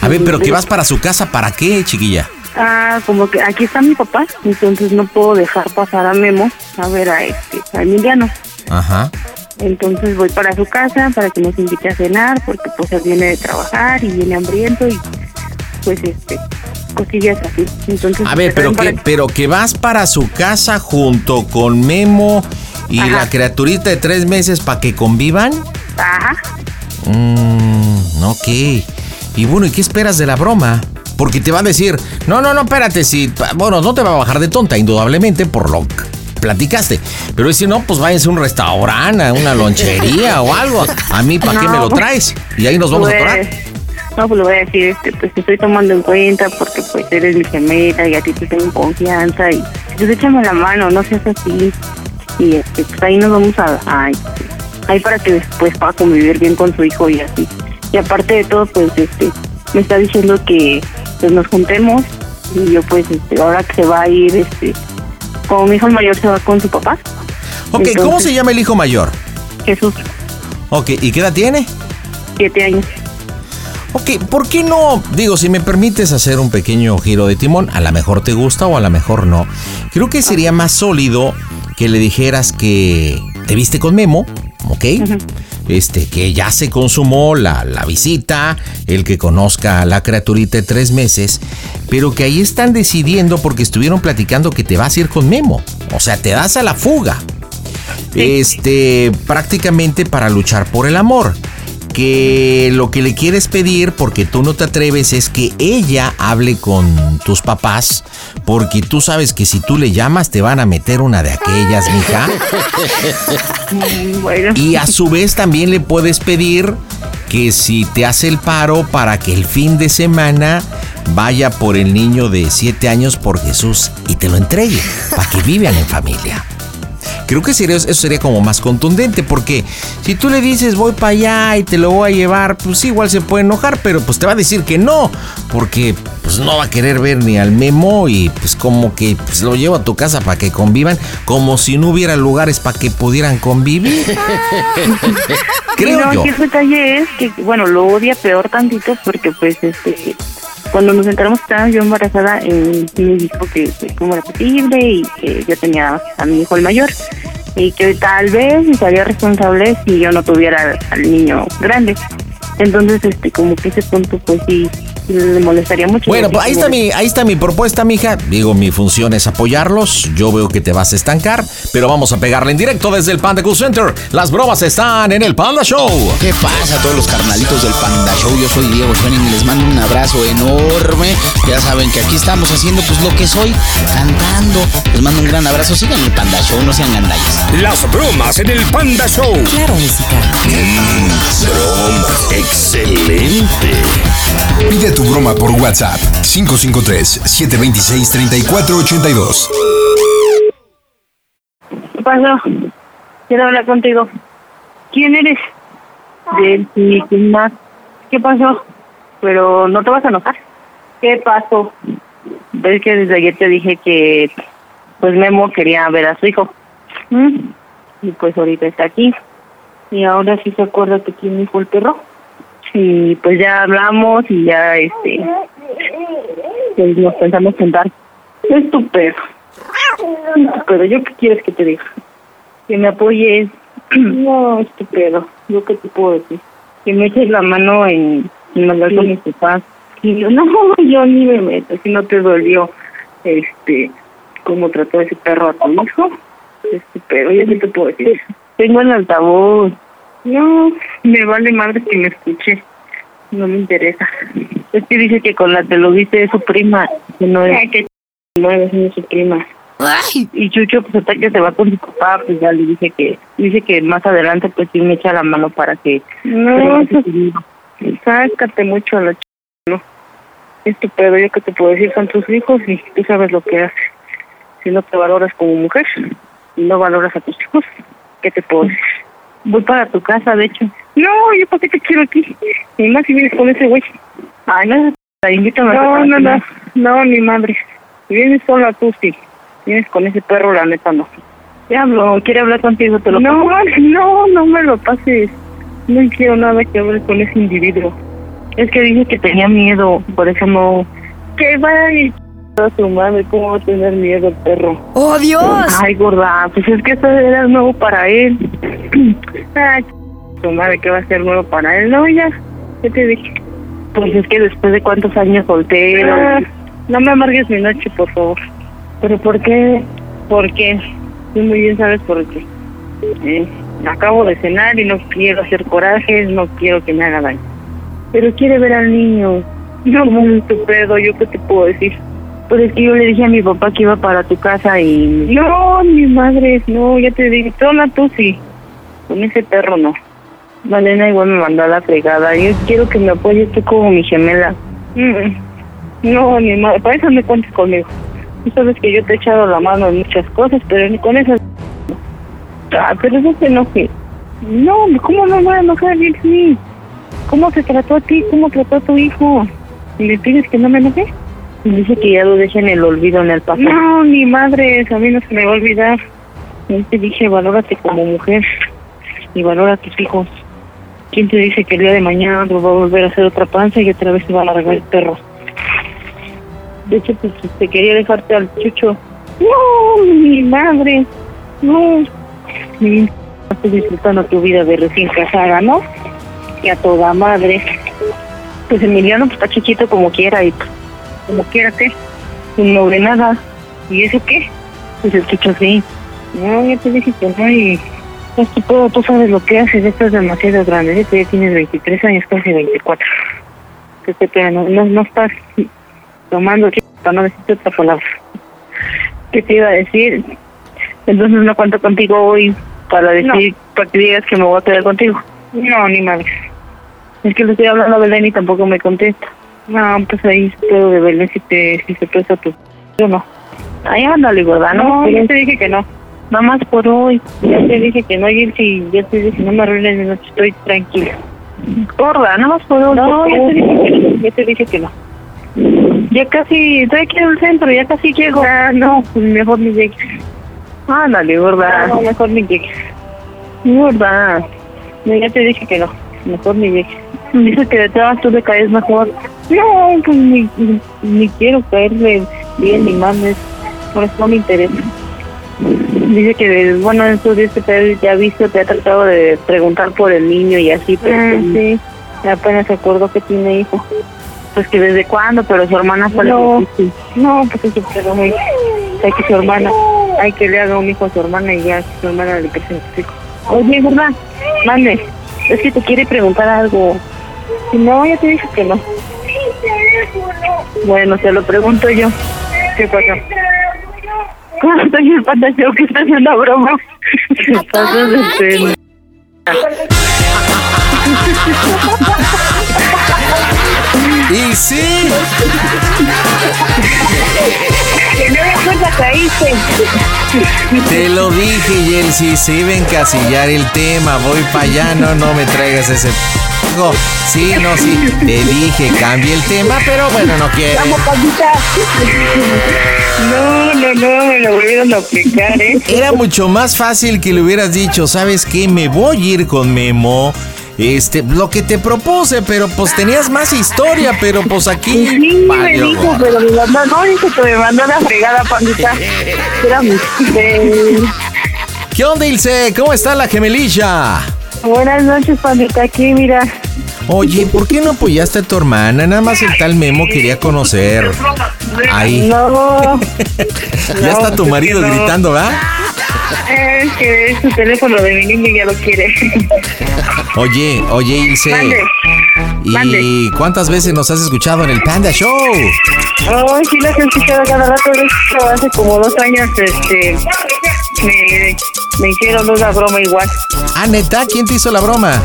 A ver, pero que vas para su casa, ¿para qué, chiquilla?
ah, como que aquí está mi papá, entonces no puedo dejar pasar a Memo a ver a este, a Emiliano.
Ajá.
Entonces voy para su casa para que nos invite a cenar, porque pues él viene de trabajar y viene hambriento y pues este, cosillas así. Entonces, pues,
A ver, pero
para-
que, pero que vas para su casa junto con Memo y la criaturita de tres meses para que convivan.
Ajá.
Mm, ok. Y bueno, ¿y qué esperas de la broma? Porque te va a decir, no, no, no, espérate, si, pa- bueno, no te va a bajar de tonta, indudablemente, por lo que platicaste. Pero si no, pues váyanse a un restaurante, a una lonchería o algo. A mí, ¿para qué me lo
No.
traes? Y ahí nos vamos a
Pues,
atorar.
No, pues lo voy a decir, este, pues te estoy tomando en cuenta porque pues eres mi gemela y a ti te tengo confianza y pues échame la mano, no seas así. Y este, pues ahí nos vamos a... a- ahí para que después pueda convivir bien con su hijo y así. Y aparte de todo, pues este, me está diciendo que pues nos juntemos y yo pues este, ahora que se va a ir, este, como mi hijo mayor se va con su papá.
Ok, ¿cómo se llama el hijo mayor?
Jesús,
Ok, ¿y qué edad tiene?
siete años.
Ok, ¿por qué no? Digo, si me permites hacer un pequeño giro de timón, a lo mejor te gusta o a lo mejor no. Creo que sería más sólido que le dijeras que te viste con Memo, ¿ok? Este, que ya se consumó la, la visita, el que conozca a la criaturita de tres meses, pero que ahí están decidiendo porque estuvieron platicando que te vas a ir con Memo. O sea, te das a la fuga este prácticamente para luchar por el amor que lo que le quieres pedir porque tú no te atreves es que ella hable con tus papás porque tú sabes que si tú le llamas te van a meter una de aquellas mija y a su vez también le puedes pedir que si te hace el paro para que el fin de semana vaya por el niño de 7 años por Jesús y te lo entregue para que vivan en familia creo que sería, eso sería como más contundente, porque si tú le dices voy para allá y te lo voy a llevar, pues igual se puede enojar, pero pues te va a decir que no, porque pues no va a querer ver ni al memo y pues como que pues, lo llevo a tu casa para que convivan, como si no hubiera lugares para que pudieran convivir. creo
no,
yo.
aquí el detalle es que, bueno, lo odia peor tantito porque, pues, este, cuando nos enteramos que estaba yo embarazada, eh, me dijo que, pues, cómo era posible y que yo tenía a mi hijo el mayor y que tal vez me sería responsable si yo no tuviera al, al niño grande. Entonces, este, como que ese punto, pues, sí, le molestaría mucho.
Bueno,
Así
pues ahí
como-
está mi, ahí está mi propuesta, mija. Digo, mi función es apoyarlos. Yo veo que te vas a estancar, pero vamos a pegarle en directo desde el Panda Cool Center. Las bromas están en el Panda Show.
¿Qué pasa a todos los carnalitos del Panda Show? Yo soy Diego Schoening y les mando un abrazo enorme. Ya saben que aquí estamos haciendo pues lo que soy, cantando. Les mando un gran abrazo. Sigan el Panda Show, no sean gandallas.
Las bromas en el Panda Show. Claro, música. bromas. Excelente.
Pide tu broma por WhatsApp 553-726-3482.
¿Qué pasó? Quiero hablar contigo. ¿Quién eres? Del Mickey Mouse. ¿Qué pasó? Pero no te vas a enojar. ¿Qué pasó? Ves Pues que desde ayer te dije que pues Memo quería ver a su hijo. ¿Mm? Y pues ahorita está aquí. Y ahora sí se acuerda que quién dijo el perro. Y pues ya hablamos y ya este pues nos pensamos sentar. Es tu perro. Pero yo qué quieres que te diga? Que me apoyes. No, estupendo. Yo qué te puedo decir. que me eches la mano en, en hablar con mis papás. Y yo, no, yo ni me meto, si no te dolió, este, cómo trató ese perro a tu hijo. Este, pero yo qué te puedo decir. Tengo el altavoz. No, me vale madre que me escuche. No me interesa. Es que dice que con la te lo viste de su prima. Que no es, no es ni su prima. Y Chucho, pues hasta que se va con su papá, pues ya le dije que, dice que más adelante pues sí me echa la mano para que... No, pues, sácate mucho a la ch... No. Este pedo yo que te puedo decir son tus hijos y tú sabes lo que haces. Si no te valoras como mujer, no valoras a tus hijos, ¿qué te puedo decir? Voy para tu casa, de hecho. No, yo para qué te quiero aquí. Ni más si vienes con ese güey. Ay, no, invítame No, no, no, no, mi madre. Si vienes sola tú, sí. Vienes con ese perro, la neta, no. Diablo, quiere hablar contigo, te lo No, no, no me lo pases. No quiero nada que hablar con ese individuo. Es que dije que tenía miedo, por eso no. Que vaya y ch- a su madre, ¿cómo va a tener miedo el perro?
¡Oh, Dios!
Ay, gorda, pues es que esto era nuevo para él. Ay, ch- su madre, ¿qué va a ser nuevo para él? No, ya, ¿qué te dije? Pues es que después de cuántos años soltero. Ah, no me amargues mi noche, por favor. ¿Pero por qué? ¿Por qué? Tú muy bien sabes por qué. Eh, acabo de cenar y no quiero hacer corajes, no quiero que me haga daño. Pero quiere ver al niño. No, muy pedo, ¿yo qué te puedo decir? Pues es que yo le dije a mi papá que iba para tu casa y... No, mi madre, no, ya te dije, toma tú sí. Con ese perro no. Malena igual me mandó a la fregada. Yo quiero que me apoyes tú como mi gemela. Mm, No, mi madre, para eso no cuentes conmigo. Tú sabes que yo te he echado la mano en muchas cosas, pero ni con esas... no. Ah, pero eso te enoje. No, ¿cómo no me voy a enojar, Virginie? ¿Cómo se trató a ti? ¿Cómo trató a tu hijo? ¿Y le pides que no me enoje? Dice que ya lo deje en el olvido, en el pasado. No, mi madre, a mí no se me va a olvidar. Yo te dije, valórate como mujer y valora a tus hijos. ¿Quién te dice que el día de mañana va a volver a hacer otra panza y otra vez se va a largar el perro? De hecho, pues te quería dejarte al chucho. No, mi madre, no. Mm, Estás disfrutando tu vida de recién casada, ¿no? Y a toda madre. Pues Emiliano pues, está chiquito como quiera y pues, como quiera que pues, no ve nada. ¿Y eso qué? Pues el chucho sí. No, ya te dije que no y pues tú, puedo, tú sabes lo que haces, esto es demasiado grande, ¿eh? tú ya tienes 23 años, casi 24. Que te queda, no, no, no estás tomando, ch- para no decirte otra palabra. ¿Qué te iba a decir? Entonces no cuento contigo hoy para decir, para que digas que me voy a quedar contigo. No, ni madre. Es que le estoy hablando a Belén y tampoco me contesta. No, pues ahí puedo de Belén si, te, si se presta tu... Yo no. Ahí ándale, ¿verdad? No, yo te dije que no. Nada más por hoy. Ya te dije que no, y si ya te dije, no me arruines de noche, estoy tranquila. Gorda, nada más por hoy. No, ya te dije que no. Ya te dije que no. Ya casi, estoy aquí en el centro, ya casi llego. Ah, no, pues mejor ni llegues. Ándale, gorda. No, mejor ni llegues. Gorda. No, ya te dije que no, mejor ni llegues. Dice que de todas tú le caes mejor. No, pues ni, ni, ni quiero caerle bien ni mal, es- por eso no me interesa. Dice que, bueno, en estos días que te ya visto, te ha tratado de preguntar por el niño y así, pero sí. apenas se acordó que tiene hijo. Pues que desde cuándo, pero su hermana fue
No,
No, pues eso, pero muy... Hay que su hermana, hay que le haga un hijo a su hermana y ya que su hermana le presente su hijo. Oye, ¿verdad? Mande, es que te quiere preguntar algo. No, ya te dije que no. Bueno, se lo pregunto yo. ¿Qué pasó? ¿Cómo estoy el pantalleo que está haciendo broma? Entonces, este... no.
Y sí,
Que no me cuenta caíste.
te lo dije, Yelsi, se iba a encasillar el tema, voy para allá, no, no me traigas ese... p***o. Sí, no, sí, te dije, cambie el tema, pero bueno, no quiere.
No, no, no, me lo volvieron a aplicar, ¿eh?
Era mucho más fácil que le hubieras dicho, ¿sabes qué? Me voy a ir con Memo. Este, lo que te propuse, pero pues tenías más historia, pero pues aquí.
Sí, me
valió
dijo,
gorro.
pero mi mamá no dijo que me mandó la fregada, pandita. Era mi... eh,
¿Qué onda, Ilse? ¿Cómo está la gemelilla?
Buenas noches, pandita. Aquí, mira.
Oye, ¿por qué no apoyaste a tu hermana? Nada más el tal Memo quería conocer. Ahí.
No.
Ya está tu marido gritando, ¿verdad?
Es que es su teléfono de mi niño y ya lo quiere.
Oye, oye, Ilse.
Mande.
¿Y cuántas veces nos has escuchado en el Panda Show?
Oh, sí, las he escuchado cada rato. de hecho, hace como dos años, este. Me, me hicieron una broma igual.
Ah, neta, ¿quién te hizo la broma?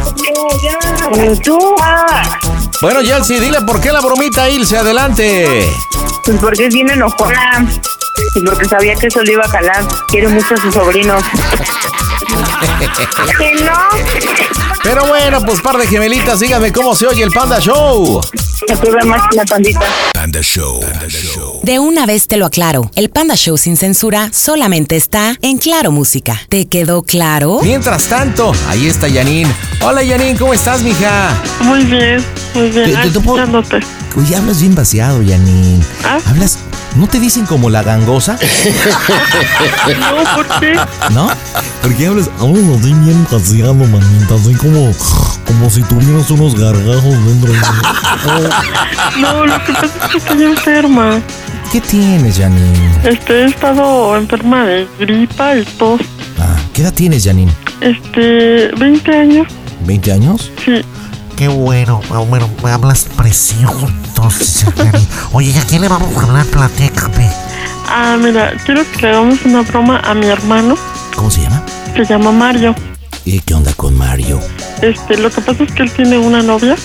¿Tú? ah.
Bueno, Yelsi, dile por qué la bromita, Ilse, adelante.
Pues porque es bien enojona. Y porque sabía que eso le iba a calar. Quiero mucho a sus sobrinos.
¿Que no? Pero bueno, pues par de gemelitas, díganme cómo se oye el Panda Show.
más la pandita.
Panda Show.
De una vez te lo aclaro, el Panda Show sin censura solamente está en Claro Música. ¿Te quedó claro?
Mientras tanto, ahí está Janine. Hola Janine, ¿cómo estás, mija?
Muy bien, muy bien.
Te- te- te puedo-
Escuchándote. ¿Ah?
Oye, hablas bien vaciado, Janine. ¿Hablas? ¿No te dicen como la gangosa?
No, ¿por qué?
¿No?
Porque hablas, hablas así bien paseado, manita, así como, como si tuvieras unos gargajos dentro de
No, lo que pasa es que estoy enferma.
¿Qué tienes, Janine?
Este, he estado enferma de gripa y tos.
Ah, ¿Qué edad tienes, Janine?
Este, 20 años.
¿20 años?
Sí.
Qué bueno, bueno, me hablas precioso. entonces, Janine. Oye, ¿y ¿a quién le vamos a hablar? Platícame.
Ah, mira, quiero que le hagamos una broma a mi hermano.
¿Cómo se llama?
Se llama Mario.
¿Y qué onda con Mario?
Este, lo que pasa es que él tiene una novia,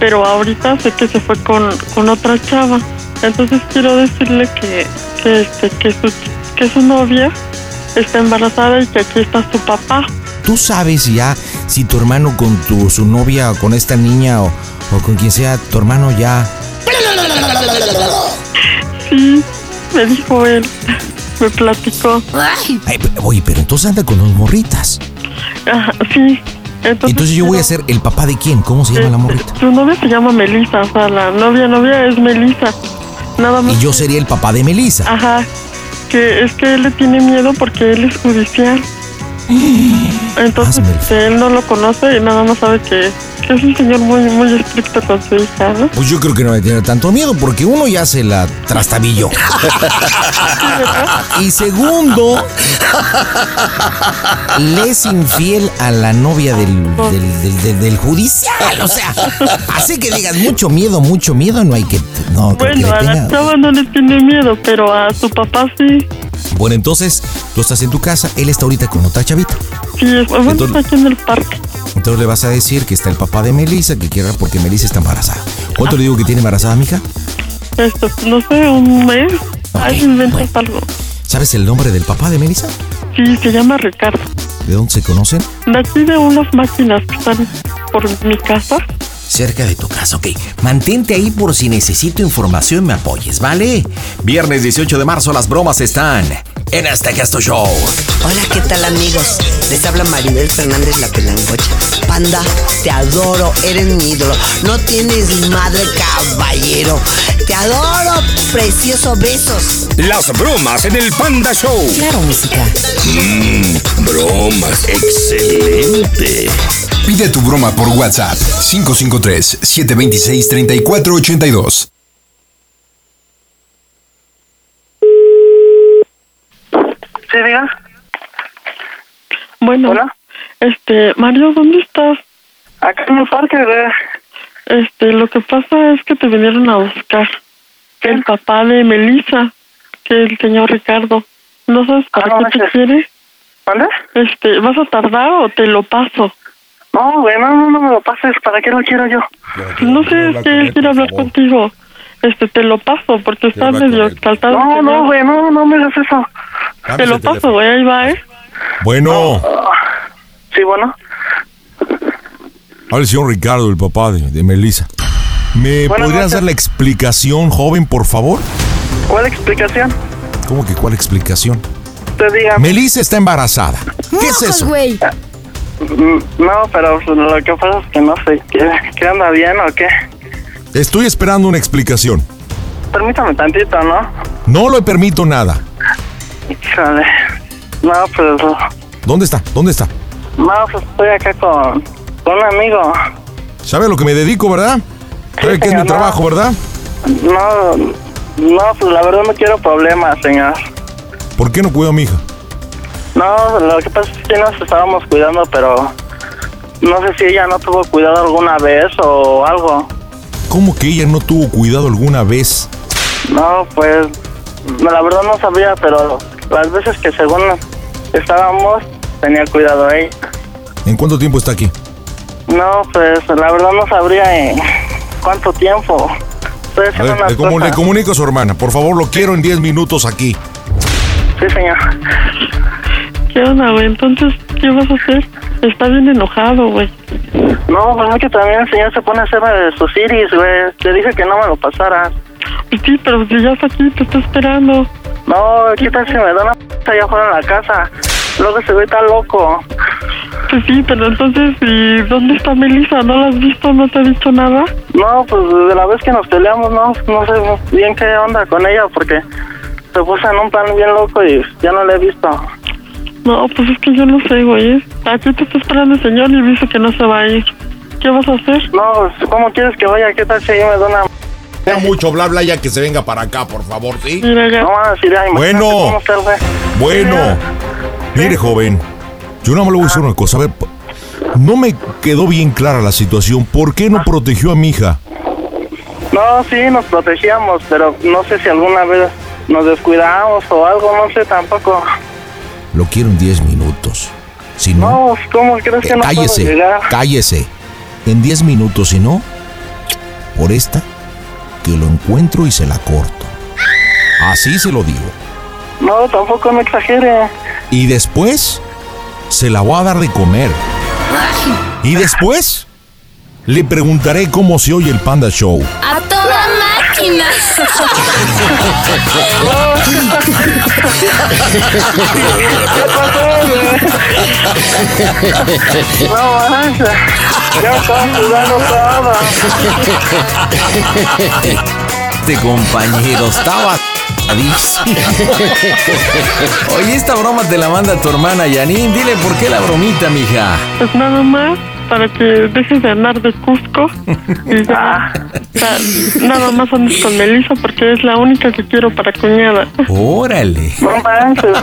pero ahorita sé que se fue con, con otra chava. Entonces quiero decirle que, que, este, que, su, que su novia está embarazada y que aquí está su papá.
¿Tú sabes ya si tu hermano con tu, su novia o con esta niña o, o con quien sea, tu hermano ya...
Sí, me dijo él, me platicó.
Ay, pe- oye, pero entonces anda con dos morritas.
Ajá, Ah, sí. Entonces,
Entonces yo voy a ser el papá de quién? ¿Cómo se llama la morrita?
Su novia se llama Melissa, o sea, la novia, novia es Melissa. Nada más.
Y yo sería el papá de Melissa.
Ajá. Que es que él le tiene miedo porque él es judicial. Entonces este, él no lo conoce y nada más sabe que, que es un señor muy muy estricto con su hija, ¿no?
Pues yo creo que no va a tener tanto miedo porque uno ya se la trastabilló. y segundo, le es infiel a la novia del, del, del- del- del judicial. O sea, así que digas mucho miedo, mucho miedo, no hay que... No, creo que
Bueno,
le
a la
tenga-
chava no le tiene miedo, pero a su papá sí.
Bueno, entonces tú estás en tu casa, él está ahorita con otra chavita.
Sí, es- bueno,
Entonces-
está aquí en el parque.
Entonces le vas a decir que está el papá de Melissa, que quiera porque Melissa está embarazada. ¿Cuánto le digo que tiene embarazada, mija?
Esto, no sé, un mes. Ahí inventas algo.
¿Sabes el nombre del papá de Melissa?
Sí, se llama Ricardo.
¿De dónde se conocen?
Me pide unas máquinas que están por mi casa.
Cerca de tu casa, ok. Mantente ahí por si necesito información, me apoyes, ¿vale? Viernes 18 de marzo las bromas están en este Gesto Show.
Hola, ¿qué tal amigos? Les habla Maribel Fernández la Pelangocha. Panda, te adoro, eres mi ídolo. No tienes madre, caballero. Te adoro, precioso, besos.
Las bromas en el Panda Show.
Claro, música.
Mmm, bromas. Excelente.
Pide tu broma por WhatsApp 553-726-3482.
Sí, diga. Bueno. Este, Mario, ¿dónde estás? Acá en el parque, Este, lo que pasa es que te vinieron a buscar. El papá de Melissa, que es el señor Ricardo. Ah, ¿No sabes para qué te quiere? ¿Vale? Este, ¿vas a tardar o te lo paso? No, güey, no, no, me lo pases. ¿Para qué lo quiero yo? Pues No sé, es que él quiere hablar contigo. Este, te lo paso porque está medio exaltado.
No, no,
güey, no, no me hagas eso.
Dame
Te lo
ese
paso, güey, ahí va, ¿eh?
Bueno,
Sí, bueno.
habla el señor Ricardo, el papá de, de Melissa. ¿Me
Buenas
podrías
noches.
dar la explicación, joven, por favor?
¿Cuál explicación?
¿Cómo que cuál explicación?
Te diga.
Melissa está embarazada.
¿Qué es eso? mm, No, pero lo que pasa es que no sé, ¿qué, qué anda bien o qué?
Estoy esperando una explicación.
Permítame tantito, ¿no?
No le permito nada.
Híjole. No, pues,
¿Dónde está? ¿Dónde está?
no, pues estoy acá con, Un amigo.
¿Sabe a lo que me dedico, verdad? ¿Sabe qué es mi
señor, no.
trabajo, verdad?
No, no, pues la verdad no quiero problemas, señor.
¿Por qué no cuido a mi hija?
No, lo que pasa es que nos estábamos cuidando, pero no sé si ella no tuvo cuidado alguna vez o algo.
¿Cómo que ella no tuvo cuidado alguna vez?
No, pues la verdad no sabía, pero las veces que según estábamos tenía cuidado ella.
¿En cuánto tiempo está aquí?
No, pues la verdad no sabría en cuánto tiempo. Estoy
A
haciendo
ver,
unas
le, comu- le
cosas.
comunico a su hermana. Por favor, lo quiero en 10 minutos aquí.
Sí, señor.
¿Qué onda, güey? Entonces, ¿qué vas a hacer? Está bien enojado, güey.
No, pues es que también el señor se pone a hacerme de sus iris, güey. Te dije que no me lo pasara.
Pues sí, pero si ya está aquí, te está esperando.
No, ¿qué tal si me da una p allá afuera en la casa? Luego se ve tan loco.
Pues sí, pero entonces, ¿y dónde está Melissa? ¿No la has visto? ¿No te ha dicho nada?
No, pues desde la vez que nos peleamos, no, no sé bien qué onda con ella porque se puso en un plan bien loco y ya no la he visto.
No, pues es que yo no sé, güey. Aquí te está esperando el señor y dice que no se va a ir. ¿Qué vas a hacer?
No, pues, ¿cómo quieres que vaya? ¿Qué tal si ahí me da una p
Ya mucho bla bla ya que se venga para acá, por favor, ¿sí?
Mira, ya.
No, ah, sí, ya, imagínate
Bueno.
cómo está el güey.
Bueno, mire joven, yo nada más le voy a decir una cosa. A ver, p- no me quedó bien clara la situación. ¿Por qué no
Ah.
protegió a mi hija?
No, sí, nos protegíamos, pero no sé si alguna vez nos descuidamos o algo, no sé tampoco.
Lo quiero en 10 minutos. Si no,
No, ¿cómo crees que
eh,
no puedo
cállese,
llegar?
cállese. En 10 minutos, si no, por esta, que lo encuentro y se la corto. Así se lo digo.
No, tampoco me exagere.
Y después, se la voy a dar de comer. Y después, le preguntaré cómo se oye el Panda Show.
¡A toda máquina! Oh,
No manches, ya estamos jugando todo.
Este compañero estaba Oye, esta broma te la manda tu hermana Janine. Dile por qué la bromita, mija.
Pues nada más para que dejes de andar de Cusco y ya.
Ah.
Ta- nada más andes con Melissa porque es la única que quiero para cuñada.
Órale.
No manches,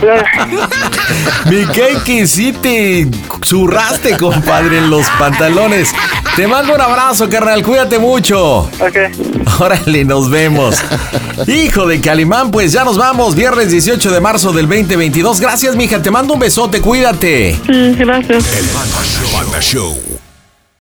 Mi
güey.
que sí te zurraste, compadre, en los pantalones. Te mando un abrazo, carnal. Cuídate mucho.
Ok.
Órale, nos vemos. Hijo de Calimán, pues ya nos vamos. Viernes 18 de marzo del 2022. Gracias, mija. Te mando un besote. Cuídate.
Sí, gracias.
Panda Show.